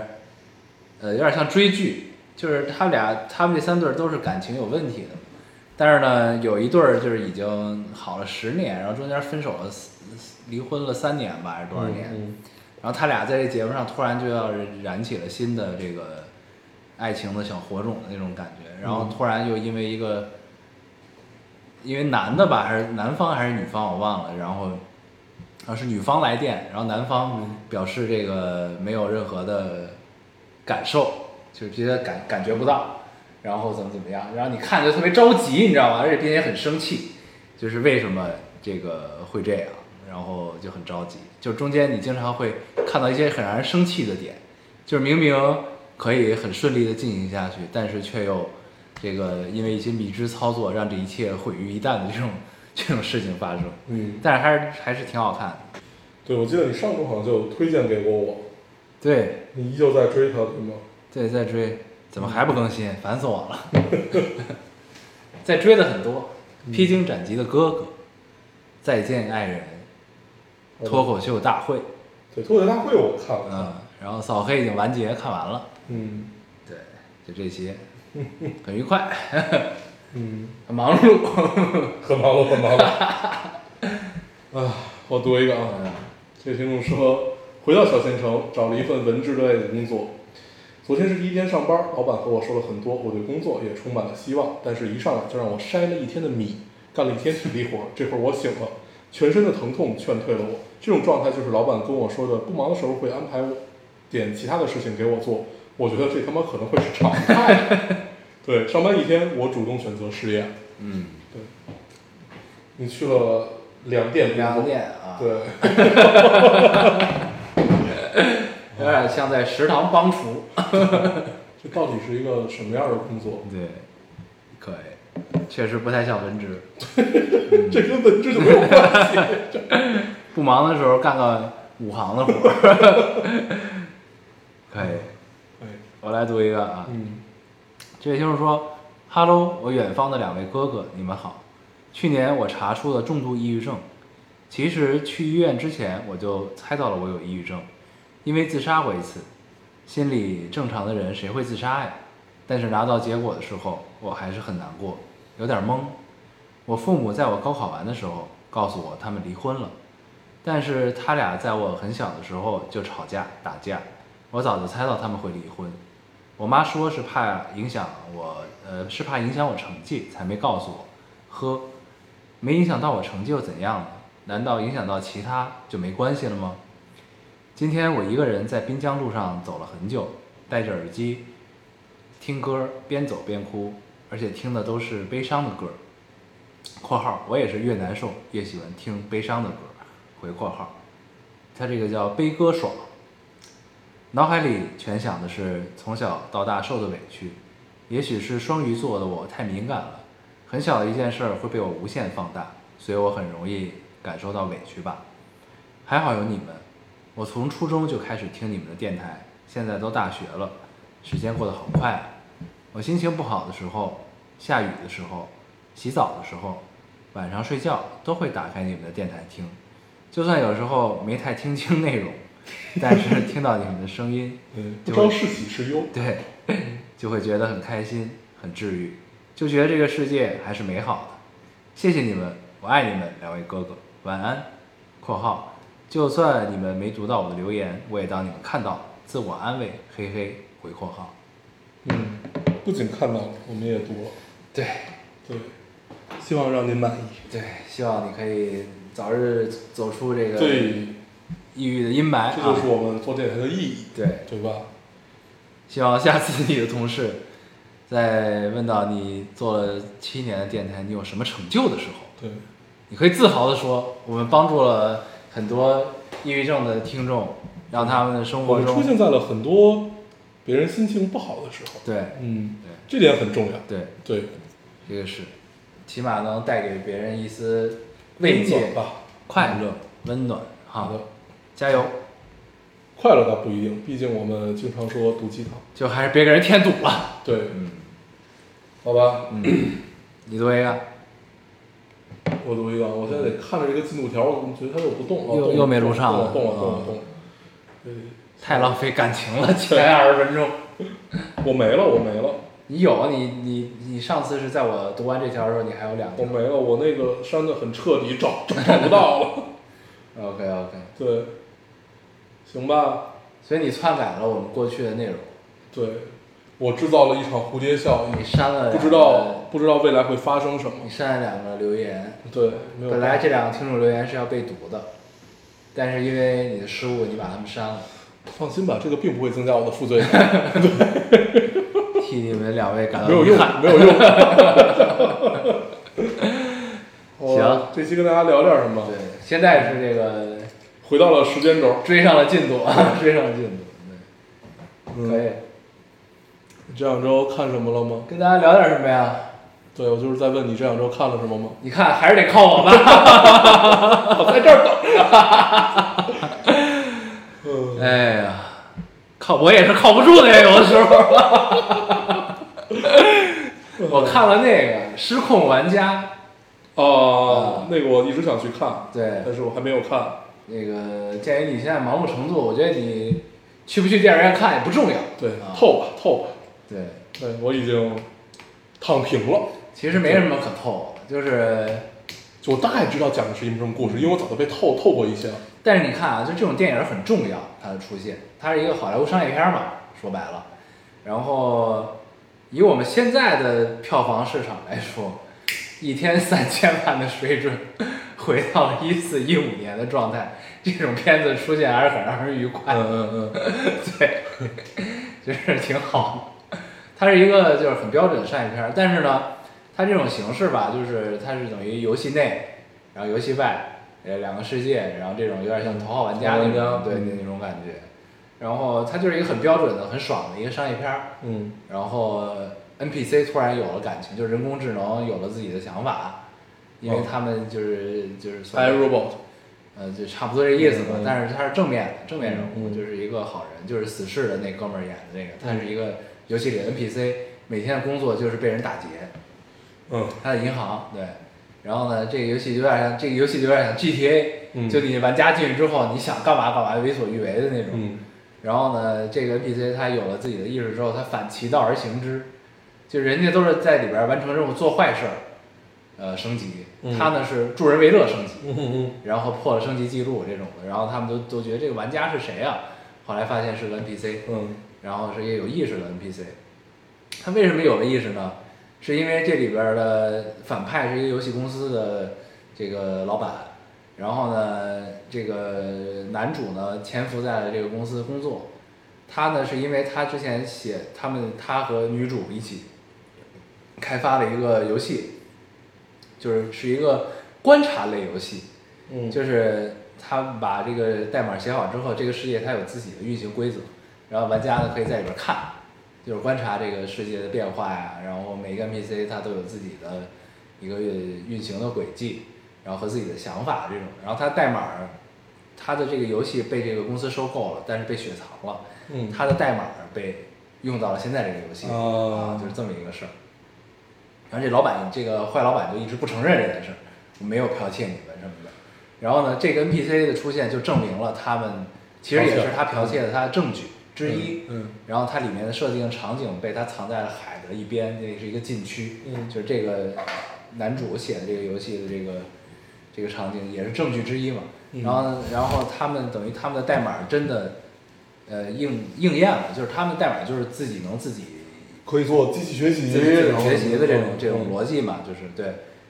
A: 呃，有点像追剧，就是他们俩，他们这三对儿都是感情有问题的，但是呢，有一对儿就是已经好了十年，然后中间分手了四，离婚了三年吧，还是多少年？
B: 嗯
A: 然后他俩在这节目上突然就要燃起了新的这个爱情的小火种的那种感觉，然后突然又因为一个，因为男的吧，还是男方还是女方我忘了，然后，然后是女方来电，然后男方表示这个没有任何的感受，就是觉得感感觉不到，然后怎么怎么样，然后你看着就特别着急，你知道吗？而且并且很生气，就是为什么这个会这样，然后就很着急。就中间你经常会看到一些很让人生气的点，就是明明可以很顺利的进行下去，但是却又这个因为一些迷之操作，让这一切毁于一旦的这种这种事情发生。
B: 嗯，
A: 但是还是还是挺好看的。
B: 对，我记得你上周好像就推荐给过我，
A: 对
B: 你依旧在追它，对吗？
A: 对，在追，怎么还不更新？烦死我了！ 在追的很多，《披荆斩棘的哥哥》，《再见爱人》，《脱口秀大会》。
B: 对，脱口秀大会我看了，
A: 嗯，然后扫黑已经完结，看完了，
B: 嗯
A: 对，就这些，很愉快，
B: 嗯，
A: 很忙碌，
B: 很忙碌，很忙碌。 啊，我读一个啊，这位听众说，回到小县城找了一份文职类的工作。昨天是第一天上班，老板和我说了很多，我对工作也充满了希望。但是，一上来就让我筛了一天的米，干了一天体力活。这会儿我醒了，全身的疼痛劝退了我。这种状态就是老板跟我说的，不忙的时候会安排我点其他的事情给我做。我觉得这他妈可能会是常态。对，上班一天，我主动选择失业。
A: 嗯，
B: 你去了两店工作，
A: 两点啊，
B: 对，
A: 有点像在食堂帮厨，
B: 这到底是一个什么样的工作？
A: 对，可以，确实不太像文职，嗯
B: 这跟本质就没有关系。
A: 不忙的时候干个五行的活儿， 可以，
B: 哎，
A: 我来读一个啊，
B: 嗯，
A: 这位听众说：“Hello，我远方的两位哥哥，你们好。去年我查出了重度抑郁症，其实去医院之前我就猜到了我有抑郁症，因为自杀过一次。心理正常的人谁会自杀呀？但是拿到结果的时候，我还是很难过，有点懵。我父母在我高考完的时候告诉我他们离婚了，但是他俩在我很小的时候就吵架打架，我早就猜到他们会离婚。我妈说是怕影响我，呃，是怕影响我成绩才没告诉我。呵，没影响到我成绩又怎样呢？难道影响到其他就没关系了吗？今天我一个人在滨江路上走了很久，戴着耳机听歌，边走边哭，而且听的都是悲伤的歌。（括号我也是越难受越喜欢听悲伤的歌。）回括号，他这个叫悲歌爽。脑海里全想的是从小到大受的委屈，也许是双鱼座的我太敏感了，很小的一件事儿会被我无限放大，所以我很容易感受到委屈吧。还好有你们，我从初中就开始听你们的电台，现在都大学了，时间过得好快啊。我心情不好的时候，下雨的时候，洗澡的时候，晚上睡觉都会打开你们的电台听，就算有时候没太听清内容，但是听到你们的声音，
B: 嗯，不
A: 就
B: 知道是喜是忧。
A: 对，就会觉得很开心，很治愈，就觉得这个世界还是美好的。谢谢你们，我爱你们两位哥哥，晚安。（括号）就算你们没读到我的留言，我也当你们看到了，自我安慰，嘿嘿。回括号。
B: 嗯，不仅看到了，我们也读了。
A: 对
B: 对，希望让您满意。
A: 对，希望你可以早日走出这个
B: 对，
A: 抑郁的阴霾
B: 这就是
A: 啊！
B: 我们做电台的意义，
A: 对，
B: 对吧？
A: 希望下次你的同事在问到你做了七年的电台，你有什么成就的时候，
B: 对，
A: 你可以自豪地说，我们帮助了很多抑郁症的听众，让他们的生
B: 我
A: 活
B: 们出
A: 中
B: 现在了很多别人心情不好的时候。
A: 对
B: 嗯
A: 对，
B: 这点很重要。
A: 对，
B: 对，
A: 这个是，起码能带给别人一丝慰
B: 温
A: 藉啊
B: 暖、吧，
A: 快乐、温暖哈
B: 好的。，
A: 加油！
B: 快乐倒不一定，毕竟我们经常说毒鸡汤。
A: 就还是别给人添堵了。
B: 对，好吧，
A: 你读一个，
B: 我读一个，啊我现在得看着这个进度条，我怎么觉得它又不动了？
A: 嗯又
B: 动
A: 又没录上
B: 动
A: 了
B: 了，动了，动了，
A: 嗯
B: 动了。呃，
A: 太浪费感情了，前二十分钟。
B: 我没了，我没了。
A: 你有你你你上次是在我读完这条的时候，你还有两
B: 我
A: 条。
B: 没有，我那个删的很彻底，找找找不到了。
A: OK OK，
B: 对，行吧，
A: 所以你篡改了我们过去的内容，
B: 对，我制造了一场蝴蝶效
A: 你
B: 应，
A: 删了
B: 不
A: 两
B: 知
A: 个
B: 道不知道未来会发生什么
A: 你。删了两个留言，
B: 对，没有
A: 本来这两个听众留言是要被读的，但是因为你的失误，你把他们删了，
B: 放心吧，这个并不会增加我的负 罪感，
A: 替你们两位感到
B: 没有
A: 遗
B: 用
A: 憾。，
B: 没有用。哦
A: 行
B: 这期跟大家聊点什么？
A: 对，现在是这个
B: 回到了时间轴，
A: 追上了进度，啊， 追上了进度，
B: 嗯
A: 对，可以。
B: 你这两周看什么了吗？
A: 跟大家聊点什么呀？
B: 对，我就是在问你这两周看了什么吗？
A: 你看，还是得靠我吧。
B: 我在这儿等着。嗯，
A: 哎呀，靠我也是靠不住的呀，有的时 候。我看了那个《失控玩家
B: 哦，那个我一直想去看》，，
A: 啊对，
B: 但是我还没有看。
A: 那个鉴于你现在忙碌程度，我觉得你去不去电影院看也不重要。
B: 对
A: 啊，
B: 透吧透吧，
A: 对，
B: 对我已经躺平了。
A: 其实没什么可透的，就是，
B: 就我大概知道讲的是一什么故事，因为我早就被透透过一些了。
A: 但是你看啊，就这种电影很重要，它的出现，它是一个好莱坞商业片嘛，说白了。然后以我们现在的票房市场来说，一天三千万的水准，回到了一四一五年的状态，这种片子出现还是很让人愉快的。
B: 嗯嗯嗯，
A: 对，就是挺好。它是一个就是很标准的商业片儿，但是呢，它这种形式吧，就是它是等于游戏内，然后游戏外，呃，两个世界，然后这种有点像头号玩家那
B: 头号
A: 种
B: 玩家
A: 对那种感觉。然后它就是一个很标准的、很爽的一个商业片儿。
B: 嗯
A: 然后 NPC 突然有了感情，就是人工智能有了自己的想法，因为
B: 哦
A: 他们就是就是所谓
B: ，I Robot，
A: 呃，就差不多这意思吧
B: 嗯。
A: 但是他是正面的，正面人物
B: 嗯嗯
A: 就是一个好人，就是死侍的那哥们儿演的那个，他是一个游戏里的 NPC，每天的工作就是被人打劫，
B: 嗯
A: 他在银行对。然后呢，这个游戏有点像，这个游戏有点像 GTA，、
B: 嗯
A: 就你玩家进去之后，你想干嘛干嘛，为所欲为的那种。
B: 嗯
A: 然后呢，这个 NPC 他有了自己的意识之后，他反其道而行之，就人家都是在里边儿完成任务做坏事儿，呃，升级，
B: 嗯
A: 他呢是助人为乐升级。
B: 嗯嗯
A: 然后破了升级记录这种的，然后他们都都觉得这个玩家是谁啊？后来发现是个 NPC，
B: 嗯
A: 然后是一个有意识的 NPC。他为什么有了意识呢？是因为这里边儿的反派是一个游戏公司的这个老板，然后呢，这个男主呢潜伏在了这个公司工作。他呢是因为他之前写他们他和女主一起开发了一个游戏，就是是一个观察类游戏，
B: 嗯，
A: 就是他把这个代码写好之后，这个世界它有自己的运行规则，然后玩家呢可以在里边看，就是观察这个世界的变化呀，然后每个 NPC 它都有自己的一个运行的轨迹，然后和自己的想法这种，然后它代码，它的这个游戏被这个公司收购了，但是被雪藏了，
B: 嗯
A: 它的代码被用到了现在这个游戏里
B: 啊
A: 就是这么一个事儿。然后这老板，这个坏老板就一直不承认这件事儿，我没有剽窃你们什么的。然后呢，这个 NPC 的出现就证明了他们其实也是他剽窃的他的证据之一。
B: 嗯
A: 然后它里面的设定的场景被他藏在了海的一边，那是一个禁区。
B: 嗯
A: 就是这个男主写的这个游戏的这个这个场景也是证据之一嘛。
B: 嗯
A: 然后，然后他们等于他们的代码真的，呃，应应验了，就是他们的代码就是自己能自己
B: 可以做机器学习，
A: 自己自
B: 然
A: 主
B: 后
A: 学习的这种
B: 嗯
A: 这种
B: 嗯
A: 逻辑嘛，就是对，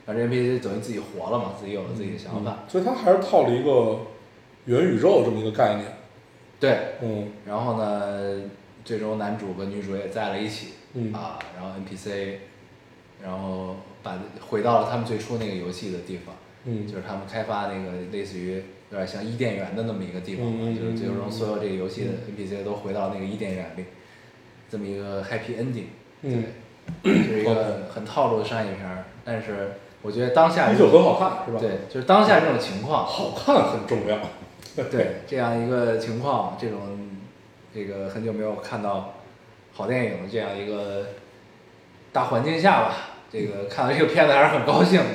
A: 然后这 NPC 等于自己活了嘛，自己有了自己的想法，
B: 所以它还是套了一个元宇宙这么一个概念。
A: 对，
B: 嗯
A: 然后呢，最终男主跟女主也在了一起，
B: 嗯
A: 啊，然后 NPC，然后把回到了他们最初那个游戏的地方，
B: 嗯
A: 就是他们开发那个类似于有点像伊甸园的那么一个地方嘛，
B: 嗯嗯嗯嗯
A: 就是最终所有这个游戏的 NPC 都回到那个伊甸园里，这么一个 happy ending，
B: 嗯，
A: 对，就是一个很套路的商业片儿，但是我觉得当下
B: 依旧很好看，是吧？，
A: 对，就是当下这种情况，
B: 好看很重要。
A: 对这样一个情况，这种这个很久没有看到好电影的这样一个大环境下吧，这
B: 嗯
A: 个看到这个片子还是很高兴的。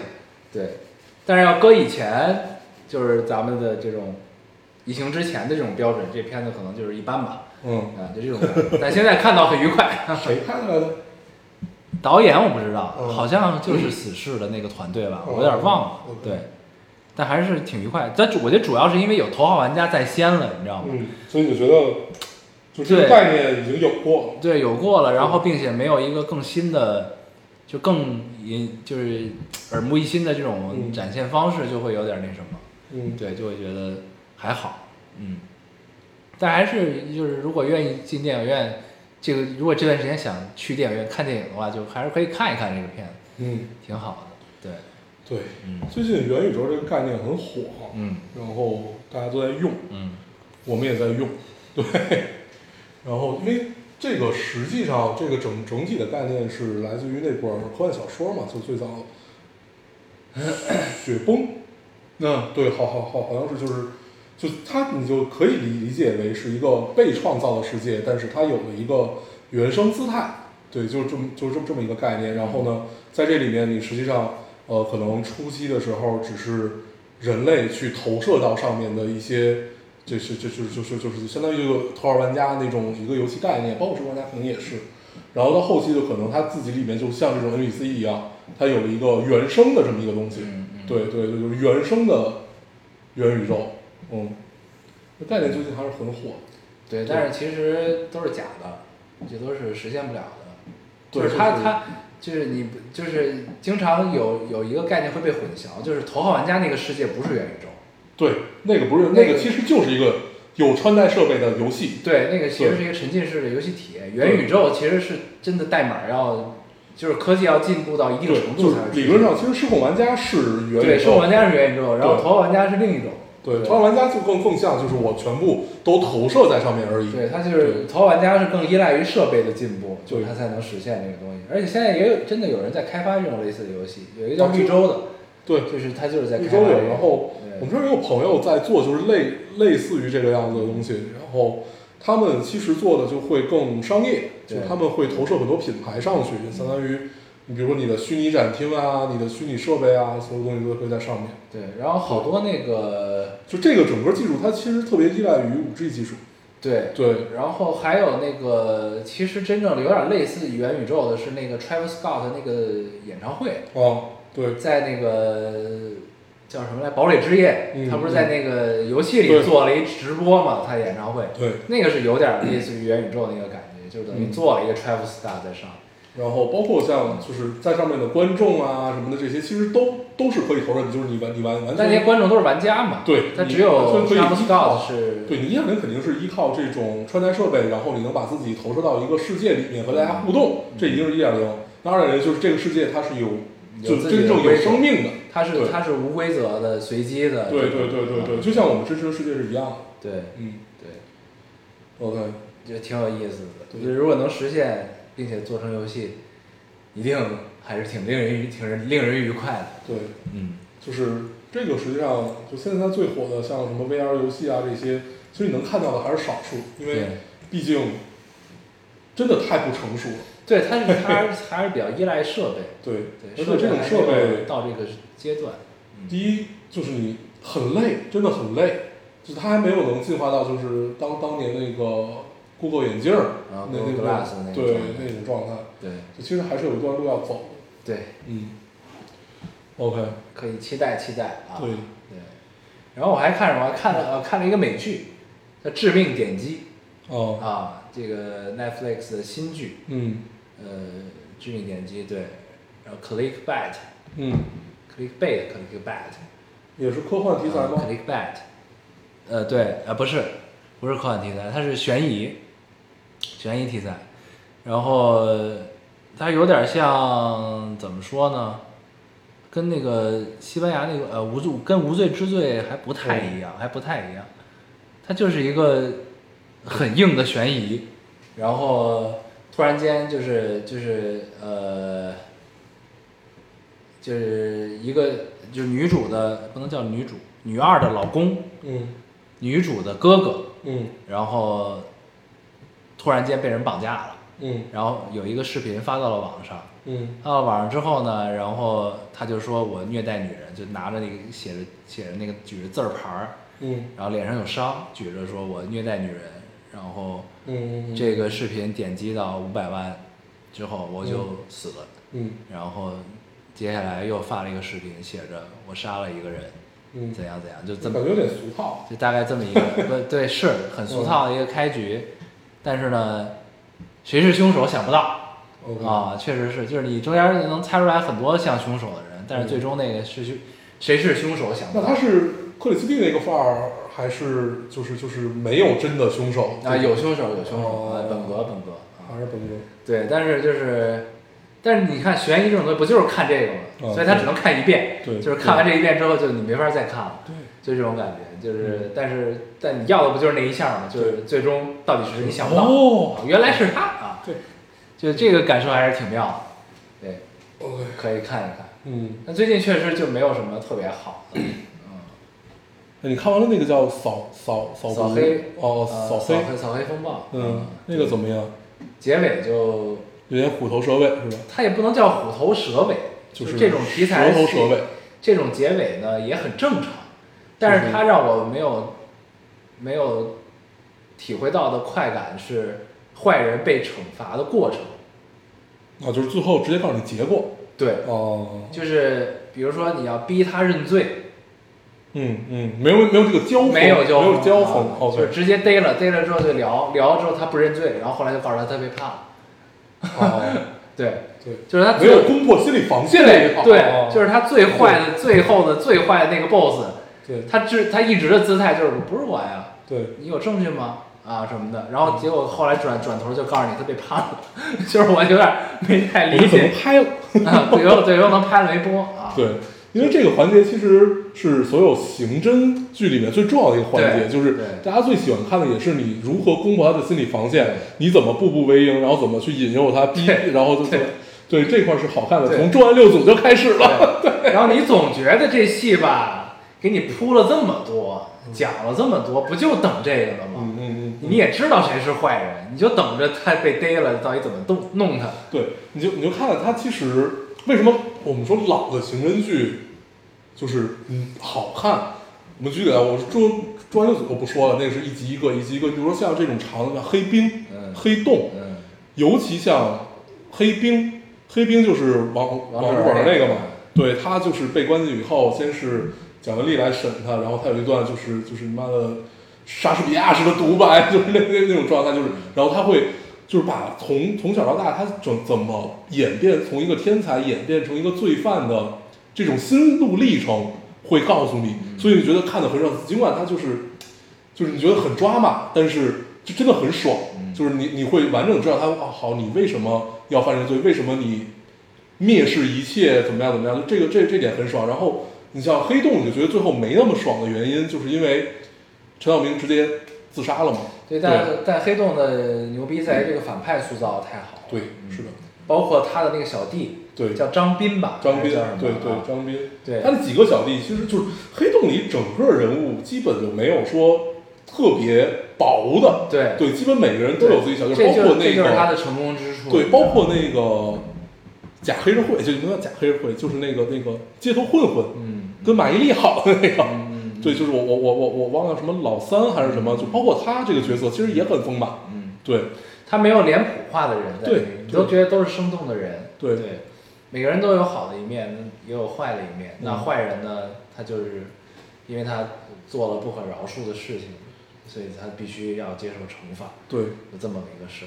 A: 对，但是要搁以前，就是咱们的这种疫情之前的这种标准，这片子可能就是一般吧，
B: 嗯，
A: 啊，就这种感觉。但现在看到很愉快。
B: 谁拍的来着？
A: 导演我不知道，
B: 嗯
A: 好像就是死侍的那个团队吧，
B: 哦
A: 我有点忘了。
B: OK
A: 对，但还是挺愉快。但主我觉得主要是因为有《头号玩家》在先了，你知道吗？
B: 嗯，所以你就觉得，就这个
A: 啊对
B: 概念已经有过了，
A: 对，有过了，然后并且没有一个更新的，就更引就是耳目一新的这种
B: 嗯
A: 展现方式，就会有点那什么。
B: 嗯，
A: 对，就会觉得还好，嗯。但还是就是，如果愿意进电影院，这个如果这段时间想去电影院看电影的话，就还是可以看一看这个片子，
B: 嗯，
A: 挺好的。对，
B: 对，
A: 嗯
B: 最近元宇宙这个概念很火，
A: 嗯
B: 然后大家都在用，
A: 嗯
B: 我们也在用， 对，然后因为这个实际上这个整整体的概念是来自于那本科幻小说嘛，就最早雪崩，那对，好好好，好像是就是就它你就可以理理解为是一个被创造的世界，但是它有了一个原生姿态，对，就这么就这么这么一个概念。然后呢，在这里面你实际上呃可能初期的时候只是人类去投射到上面的一些。就是就是就是就是相当于这个头号玩家那种一个游戏概念，包括《生化玩家》可能也是。然后到后期就可能它自己里面就像这种 NPC 一样，它有了一个原生的这么一个东西。
A: 嗯嗯，
B: 对对对，就是原生的元宇宙，嗯，这概念最近还是很火。
A: 对，但是其实都是假的，这都是实现不了的。
B: 对
A: 就是他
B: 就是
A: 他就是你不就是经常有有一个概念会被混淆，就是头号玩家那个世界不是元宇宙，
B: 对，那个不是
A: 那
B: 那
A: 个
B: 个，其实就是一个有穿戴设备的游戏。
A: 对，那个其实是一个沉浸式的游戏体验。元宇宙其实是真的代码要，就是科技要进步到一定
B: 对，
A: 程
B: 就
A: 度
B: 是
A: 才会
B: 理论上，其实失控玩家是元宇宙，
A: 对，生玩家是元宇宙，然后
B: 对
A: 头号玩家是另一种。
B: 对，超玩家就更更像就是我全部都投射在上面而已。
A: 对，它就是头号玩家是更依赖于设备的进步，就
B: 对
A: 是它才能实现这个东西。而且现在也有真的有人在开发这种类似的游戏，有一个叫
B: 啊
A: 绿洲的，
B: 对，
A: 就是它就是在开
B: 一
A: 发这
B: 周
A: 个。
B: 有，然后我
A: 对
B: 们这儿有朋友在做，就是类类似于这个样子的东西，然后他们其实做的就会更商业，就
A: 对
B: 他们会投射很多品牌上去，相当于你比如说你的虚拟展厅啊，你的虚拟设备啊，所有东西都会在上面。
A: 对，然后好多那个
B: 就这个整个技术，它其实特别依赖于五 G 技术。
A: 对，
B: 对，
A: 然后还有那个，其实真正的有点类似于元宇宙的是那个 Travis Scott 的那个演唱会，
B: 啊，对，
A: 在那个叫什么来《堡垒之夜》
B: 嗯
A: 他不是在那个游戏里
B: 对
A: 做了一直播嘛，他演唱会，
B: 对，
A: 那个是有点类似于元宇宙那个感觉，就等于
B: 嗯
A: 做了一个 Travis Scott 在上。
B: 然后包括像就是在上面的观众啊什么的这些，其实都都是可以投射，就是你完你完完
A: 但那些
B: 全。
A: 观众都是玩家嘛，
B: 对
A: 他
B: 你
A: 只有
B: 完全可以
A: Travis
B: 依靠
A: Scott 是，
B: 对你依然肯定是依靠这种穿戴设备，然后你能把自己投射到一个世界里面和大家互动，
A: 嗯
B: 这已经是一点零。那二点零就是这个世界它是有
A: 有
B: 就
A: 自己
B: 真
A: 的
B: 正
A: 规
B: 有
A: 则
B: 生命的，
A: 他是
B: 对
A: 他是无规则的、随机的这种，
B: 对对对对对，
A: 啊
B: 就像我们真实的世界是一样的。
A: 对
B: 嗯
A: 对。
B: ，OK，
A: 就挺有意思的。
B: 对
A: 就是如果能实现，并且做成游戏，一定还是挺令人挺人令人愉快的。
B: 对，
A: 嗯，
B: 就是这个实际上就现在最火的像什么 VR 游戏啊这些，其实你能看到的还是少数，因
A: 对
B: 为，毕竟真的太不成熟了。
A: 对，它是它还是还是比较依赖设备，
B: 对，
A: 对，
B: 而且这种设
A: 还没有
B: 备
A: 到这个阶段，
B: 第一就是你很累，真的很累，就是它还没有能进化到就是当当年那个 Google 眼镜儿
A: 啊
B: 那
A: Google
B: 那
A: Glass 那个
B: 种对
A: 状态
B: 那种状态，
A: 对
B: 就其实还是有一段路要走的。
A: 对，
B: 嗯，OK，
A: 可以期待期待啊。
B: 对，
A: 对然后我还看什么？看了呃看了一个美剧，叫《致命点击》
B: 哦，
A: 啊，这个 Netflix 的新剧，
B: 嗯
A: 呃，《致命点击》对，然后 Clickbait。
B: 嗯，
A: Clickbait，Clickbait，
B: 也是科幻题材吗？
A: Clickbait，呃，对，呃，不是，不是科幻题材，它是悬疑，悬疑题材，然后它有点像怎么说呢？跟那个西班牙那个呃无罪跟无罪之罪还不太一样，还不太一样，它就是一个很硬的悬疑，然后突然间就是就是呃，就是一个就是女主的不能叫女主，女二的老公，
B: 嗯
A: 女主的哥哥，
B: 嗯
A: 然后突然间被人绑架了，
B: 嗯
A: 然后有一个视频发到了网上，
B: 嗯
A: 发到网上之后呢，然后他就说我虐待女人，就拿着那个写着写着那个举着字儿牌儿，
B: 嗯
A: 然后脸上有伤，举着说我虐待女人，然后
B: 嗯，
A: 这个视频点击到五百万，之后我就死了，
B: 嗯
A: 然后接下来又发了一个视频，写着我杀了一个人，
B: 嗯，
A: 怎样怎样，就这么
B: 感觉有点俗套，
A: 就大概这么 一个不对，是很
B: 嗯
A: 俗套的一个开局，但是呢，谁是凶手想不到
B: OK
A: 啊，确实是，就是你中间能猜出来很多像凶手的人，但是最终那个是凶，谁是凶手想不
B: 嗯那
A: 到
B: 他是克里斯蒂那个范儿，还是就是就是没有真的凶手
A: 啊，有凶手有凶手，
B: 哦
A: 啊本格本格啊，
B: 还是本哥？
A: 对，但是就是。但是你看悬疑这种东西不就是看这个吗？
B: 哦
A: 所以他只能看一遍，
B: 对
A: 就是看完这一遍之后就你没法再看了，
B: 对，
A: 就这种感觉，
B: 嗯
A: 就是但是但你要的不就是那一下吗？就是最终到底是谁你想不到，
B: 哦
A: 哦，原来是他啊！
B: 对，
A: 就这个感受还是挺妙的，对，
B: ，OK，
A: 可以看一看。
B: 嗯，
A: 但最近确实就没有什么特别好的，
B: 那你看完了那个叫扫扫扫
A: 扫
B: 毒
A: 黑
B: 哦，
A: 呃
B: 扫
A: 扫
B: 黑，
A: 黑扫黑风暴，
B: 嗯，那个怎么样？
A: 结尾就
B: 有点虎头蛇尾是吧？
A: 它也不能叫虎头蛇尾，就是这种题材
B: 蛇头
A: 戏
B: 蛇尾，
A: 这种结尾呢也很正常，但是它让我没有没有体会到的快感是坏人被惩罚的过程，
B: 啊，就是最后直接告诉你结果。
A: 对，
B: 哦，
A: 就是比如说你要逼他认罪。
B: 嗯嗯，没有没有这个交锋，
A: 没有交
B: 没有交
A: 锋
B: 锋。
A: 啊就是
B: OK，
A: 直接逮了，逮了之后就聊，聊了之后他不认罪，然后后来就告诉他他被判了，
B: 哦，
A: 对，
B: 对，
A: 就是他
B: 没
A: 最
B: 有攻破心理防线哦那一
A: 对
B: 套。
A: 对，就是是他最坏的、最后的、最坏的那个 boss，
B: 对
A: 他至他一直的姿态就是不是我呀，
B: 对，
A: 你有证据吗？啊什么的，然后结果后来转转头就告诉你他被判了， 就是我有点没太
B: 我
A: 理
B: 们怎么
A: 解
B: 拍了？
A: 啊，最后最后能拍了没播啊，
B: 对，因为这个环节其实是所有刑侦剧里面最重要的一个环节，
A: 对
B: 就是
A: 对
B: 大家最喜欢看的也是你如何攻破他的心理防线，你怎么步步为营，然后怎么去引诱他，逼，
A: 对
B: 然后就
A: 对
B: 对这块是好看的，
A: 对
B: 从重案六组就开始了。
A: 对，然后你总觉得这戏吧，给你铺了这么多，讲了这么多，不就等这个了吗？
B: 嗯嗯嗯，
A: 你也知道谁是坏人，你就等着他被逮了，到底怎么弄弄他。
B: 对，你就你就看他其实为什么我们说老的刑侦剧就是嗯好看。我们举个例，啊我说中中央六组就不说了，那个是一集一个，一集一个。比如说像这种长的，像黑冰、
A: 嗯
B: 黑洞，
A: 嗯，
B: 尤其像黑冰，黑冰就是王
A: 王
B: 王
A: 志
B: 志
A: 文
B: 文
A: 那
B: 那个
A: 个
B: 嘛，对他就是被关进去以后，先是蒋雯丽来审他，然后他有一段就是就是你妈的莎士比亚式的独白， 就是那那那种状态，就是然后他会就是把从从小到大他怎怎么演变从一个天才演变成一个罪犯的这种心路历程会告诉你，所以你觉得看的很爽，尽管他就是就是你觉得很抓马，但是就真的很爽，
A: 嗯
B: 就是你你会完整地知道他啊，好，你为什么要犯这个罪，为什么你蔑视一切，怎么样怎么样，就这个这这点很爽。然后你像黑洞，你就觉得最后没那么爽的原因，就是因为陈晓明直接自杀了嘛。
A: 对，但但黑洞的牛逼在于这个反派塑造得太好，
B: 对，是的，
A: 包括他的那个小弟，
B: 对
A: 嗯叫张斌吧，
B: 张
A: 还
B: 斌
A: 是叫什么，
B: 对
A: 啊
B: 对，张斌，
A: 对
B: 他的几个小弟其实就是黑洞里整个人物基本就没有说特别薄的，
A: 啊对
B: 对，基本每个人都有自己小弟，
A: 这
B: 包
A: 就
B: 括
A: 这
B: 那
A: 就是他
B: 个
A: 的成功之处，
B: 对，包括那个假黑社会，就不叫假黑社会，就是那个那个街头混混，
A: 嗯，
B: 跟马伊琍好的那个，
A: 嗯
B: 对，就是我我我我我忘了什么老三还是什么，就包括他这个角色其实也很丰满，
A: 嗯，
B: 对
A: 他没有脸谱化的人在里面，
B: 对
A: 你都觉得都是生动的人，
B: 对
A: 对，每个人都有好的一面，也有坏的一面。那
B: 嗯
A: 坏人呢，他就是因为他做了不可饶恕的事情，所以他必须要接受惩罚，
B: 对，
A: 有这么一个事。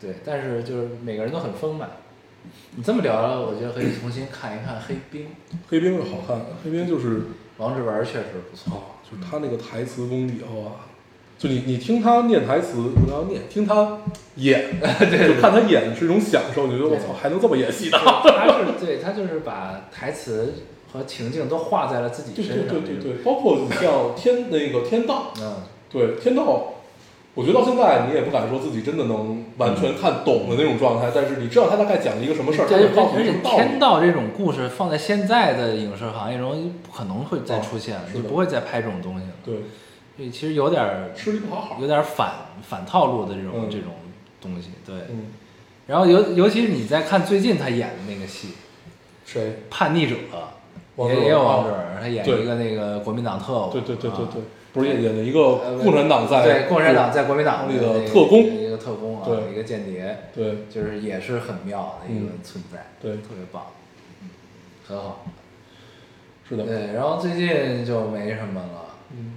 A: 对，但是就是每个人都很丰满。你这么聊了，我觉得可以重新看一看《黑冰》，
B: 黑冰是好看，黑冰就是
A: 王志文确实不错。
B: 啊，就是他那个台词功底哇，就你你听他念台词，不要念，听他演， 就看他演是一种享受，你就觉得我
A: 对
B: 操还能这么演戏 呢，
A: 他是对他就是把台词和情境都画在了自己
B: 对
A: 身
B: 对
A: 上。
B: 对对对，包括你像天那个天道，
A: 嗯，
B: 对天道，我觉得到现在你也不敢说自己真的能完全
A: 嗯
B: 看懂的那种状态，但是你知道他大概讲了一个什么事儿，他
A: 对，
B: 就告诉
A: 而
B: 你什
A: 且
B: 么道理
A: 天。道这种故事放在现在的影视行业中不可能会再出现了，
B: 哦是
A: 就
B: 的
A: 不会再拍这种东西了。
B: 对，
A: 所以其实有点儿
B: 吃力不讨好。
A: 有点儿反反套路的这种、
B: 嗯
A: 这种东西。对，
B: 嗯，
A: 然后尤尤其是你在看最近他演的那个戏
B: 谁
A: 《叛逆者》，
B: 王志
A: 也
B: 文
A: 也有王
B: 啊
A: 志文，他演
B: 对
A: 一个那个国民党特务。
B: 对对对对
A: 啊呃
B: 对不是演的一个共产党在
A: 对共产党在国民党
B: 那个
A: 那
B: 特工
A: 一个特工啊，
B: 对
A: 一个间谍，
B: 对
A: 就是也是很妙的一个
B: 嗯
A: 存在，
B: 对
A: 特别棒，嗯，很好。
B: 是的，
A: 对，然后最近就没什么了，
B: 嗯，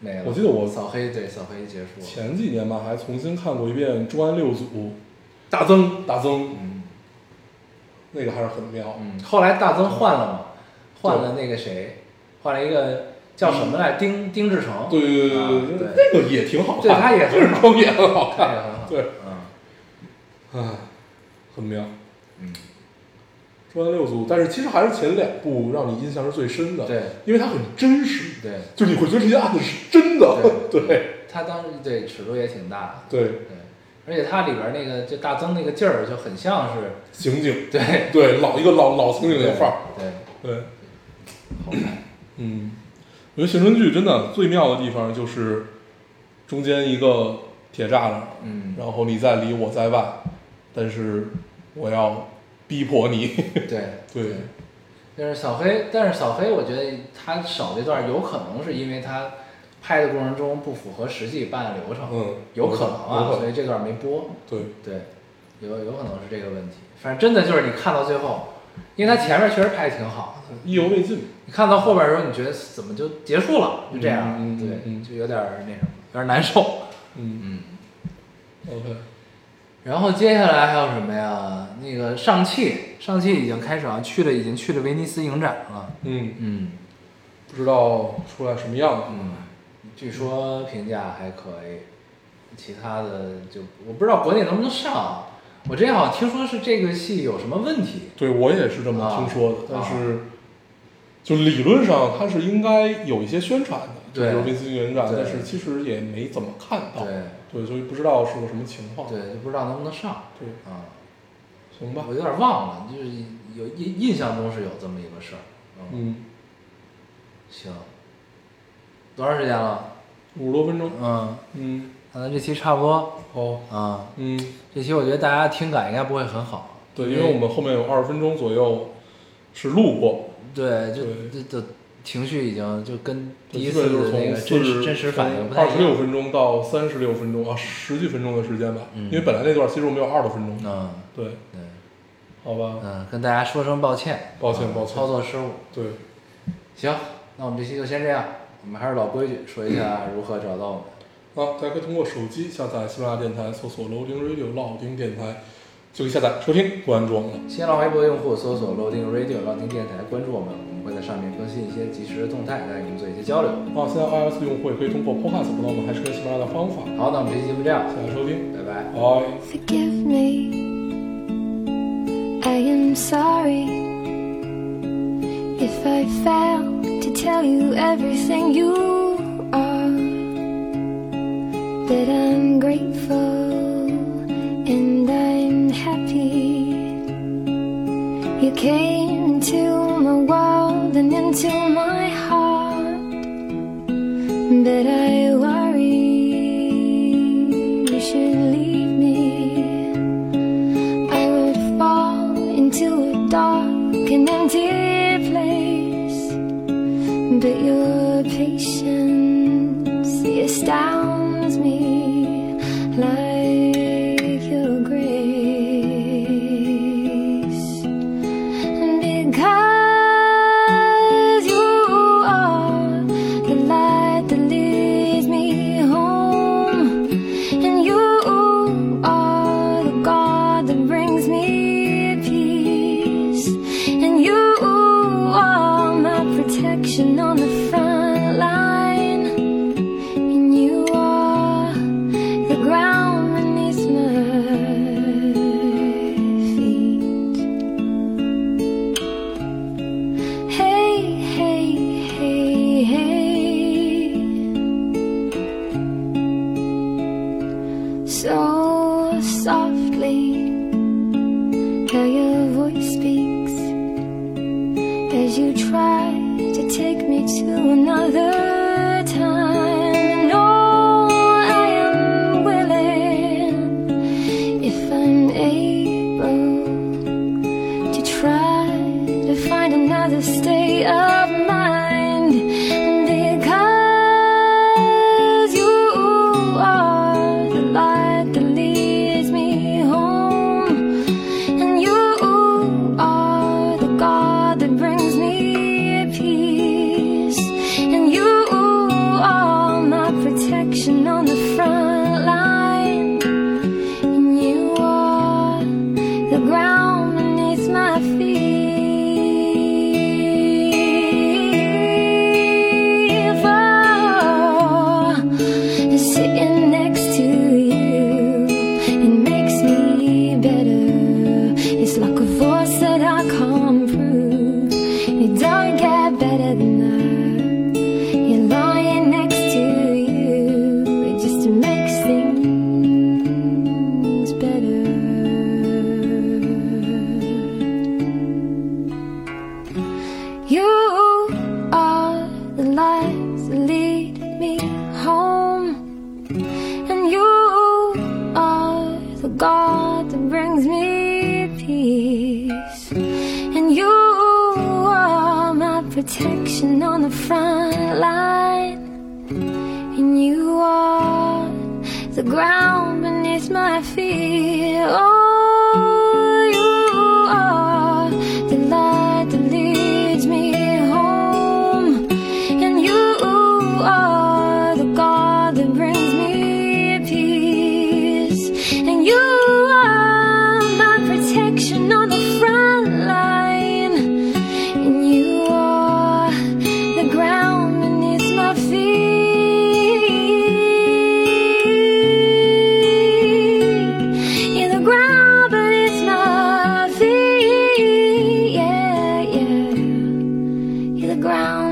A: 没了。
B: 我记得我
A: 扫黑对扫黑结束了，
B: 前几年吧还重新看过一遍《重案六组》，大增大增，
A: 嗯
B: 那个还是很妙，
A: 嗯，后来大增换了嘛，换了那个谁，换了一个叫什么来，丁丁志成，
B: 对对对
A: 啊
B: 对
A: 对，
B: 那个也挺好看，
A: 对他也很
B: 这是
A: 好
B: 装也很好
A: 他也
B: 看，
A: 很好，
B: 对，
A: 嗯
B: 唉，很妙。
A: 嗯，
B: 重案六组，但是其实还是前两部让你印象是最深的，
A: 对，嗯
B: 因为它很真实，
A: 对，
B: 就你会觉得这些案子是真的，
A: 对
B: 对
A: 他当时对尺度也挺大的，
B: 对，
A: 对，而且他里边那个就大增那个劲儿就很像是，
B: 刑警，
A: 对，
B: 对老一个老老刑警那范儿，
A: 对，
B: 对，
A: 好看，
B: 嗯，我觉得刑侦剧真的最妙的地方就是中间一个铁栅栏，
A: 嗯，
B: 然后你在里我在外，但是我要逼迫你，
A: 对
B: 对，
A: 就是小黑，但是小黑，我觉得他少这段有可能是因为他拍的过程中不符合实际办案流程，
B: 嗯
A: 有可能啊，
B: 有可能
A: 所以这段没播。
B: 对，
A: 对，有有可能是这个问题。反正真的就是你看到最后，因为他前面确实拍的挺好的，
B: 意犹未尽，
A: 你看到后边的时候，你觉得怎么就结束了，就这样，
B: 嗯嗯嗯
A: 对，
B: 嗯
A: 就有点儿那什么，有点儿难受。
B: 嗯
A: 嗯，
B: ，OK，
A: 然后接下来还有什么呀？那个上汽，上汽已经开始啊，去了已经去了威尼斯影展了。
B: 嗯，
A: 嗯。
B: 不知道出来什么样子，
A: 嗯，据说评价还可以，其他的就我不知道国内能不能上啊。我之前好像听说是这个戏有什么问题，
B: 对我也是这么听说的，
A: 啊
B: 但是就理论上它是应该有一些宣传的，就
A: 对
B: 比如威斯汀影展，
A: 对
B: 但是其实也没怎么看到，
A: 对
B: 对，所以不知道是个什么情况，
A: 对，就不知道能不能上
B: 对
A: 啊。
B: 行吧
A: 我，有点忘了，就是有印印象中是有这么一个事儿。嗯，
B: 嗯，
A: 行，多长时间了？
B: 五十多分钟，
A: 嗯，
B: 嗯，
A: 那咱这期差不多
B: 好，
A: 啊。
B: 嗯，
A: 这期我觉得大家听感应该不会很好，
B: 对，因为我们后面有二十分钟左右是路过，
A: 对，就
B: 对
A: 就就情绪已经就跟第一
B: 基
A: 次
B: 本就是
A: 的那
B: 从
A: 个
B: 四
A: 真实
B: 十
A: 真实反应不太
B: 二十
A: 一样
B: 六。分钟到三十六分钟啊，十几分钟的时间吧，
A: 嗯
B: 因为本来那段其实我们有二十多分钟，
A: 嗯，
B: 对，
A: 对，
B: 好吧，
A: 嗯，跟大家说声抱歉，
B: 抱歉
A: 啊
B: 抱歉
A: 操作失误。
B: 对，
A: 行，那我们这期就先这样，我们还是老规矩，说一 下如何找到我们。
B: 啊，大家可以通过手机下载喜马拉雅电台，搜索 “Loading Radio” 老丁电台，就可以下载收听，不安装了。
A: 新浪微博用户搜索 Loading Radio 浪听电台，关注我们，我们会在上面更新一些即时的动态，带你们做一些交流。
B: 啊，现在 iOS 用户也可以通过 Podcast 找到我们，还是跟喜马拉雅的方法，
A: 好，那我们这期节目这样
B: 下，载收听，
A: 拜拜。
B: 拜。
E: Forgive me. I am sorry if I fail to tell you everything you are. That I'm grateful and I'm happy. You came into my world and into my heart. But I worry you should leave me. I would fall into a dark and empty place. But your patience astounds me like your grace. Because you are the light that leads me home, and you are the God that brings me peace, and you are my protection on the front line, and you are the ground beneath my feet. Hey, hey, hey, hey. So softly, how your voice speaks as you try to take me to another time. And all I am willing, if I'm able to try to find another state of mind. And because God that brings me peace. And you are my protection on the front line. And you are the ground beneath my feet. Oh, you are the light that leads me home. And you are the God that brings me peace. And you are my protection on the front line. And you are the ground beneath my feet. You're the ground beneath my feet. Yeah, yeah. You're the ground.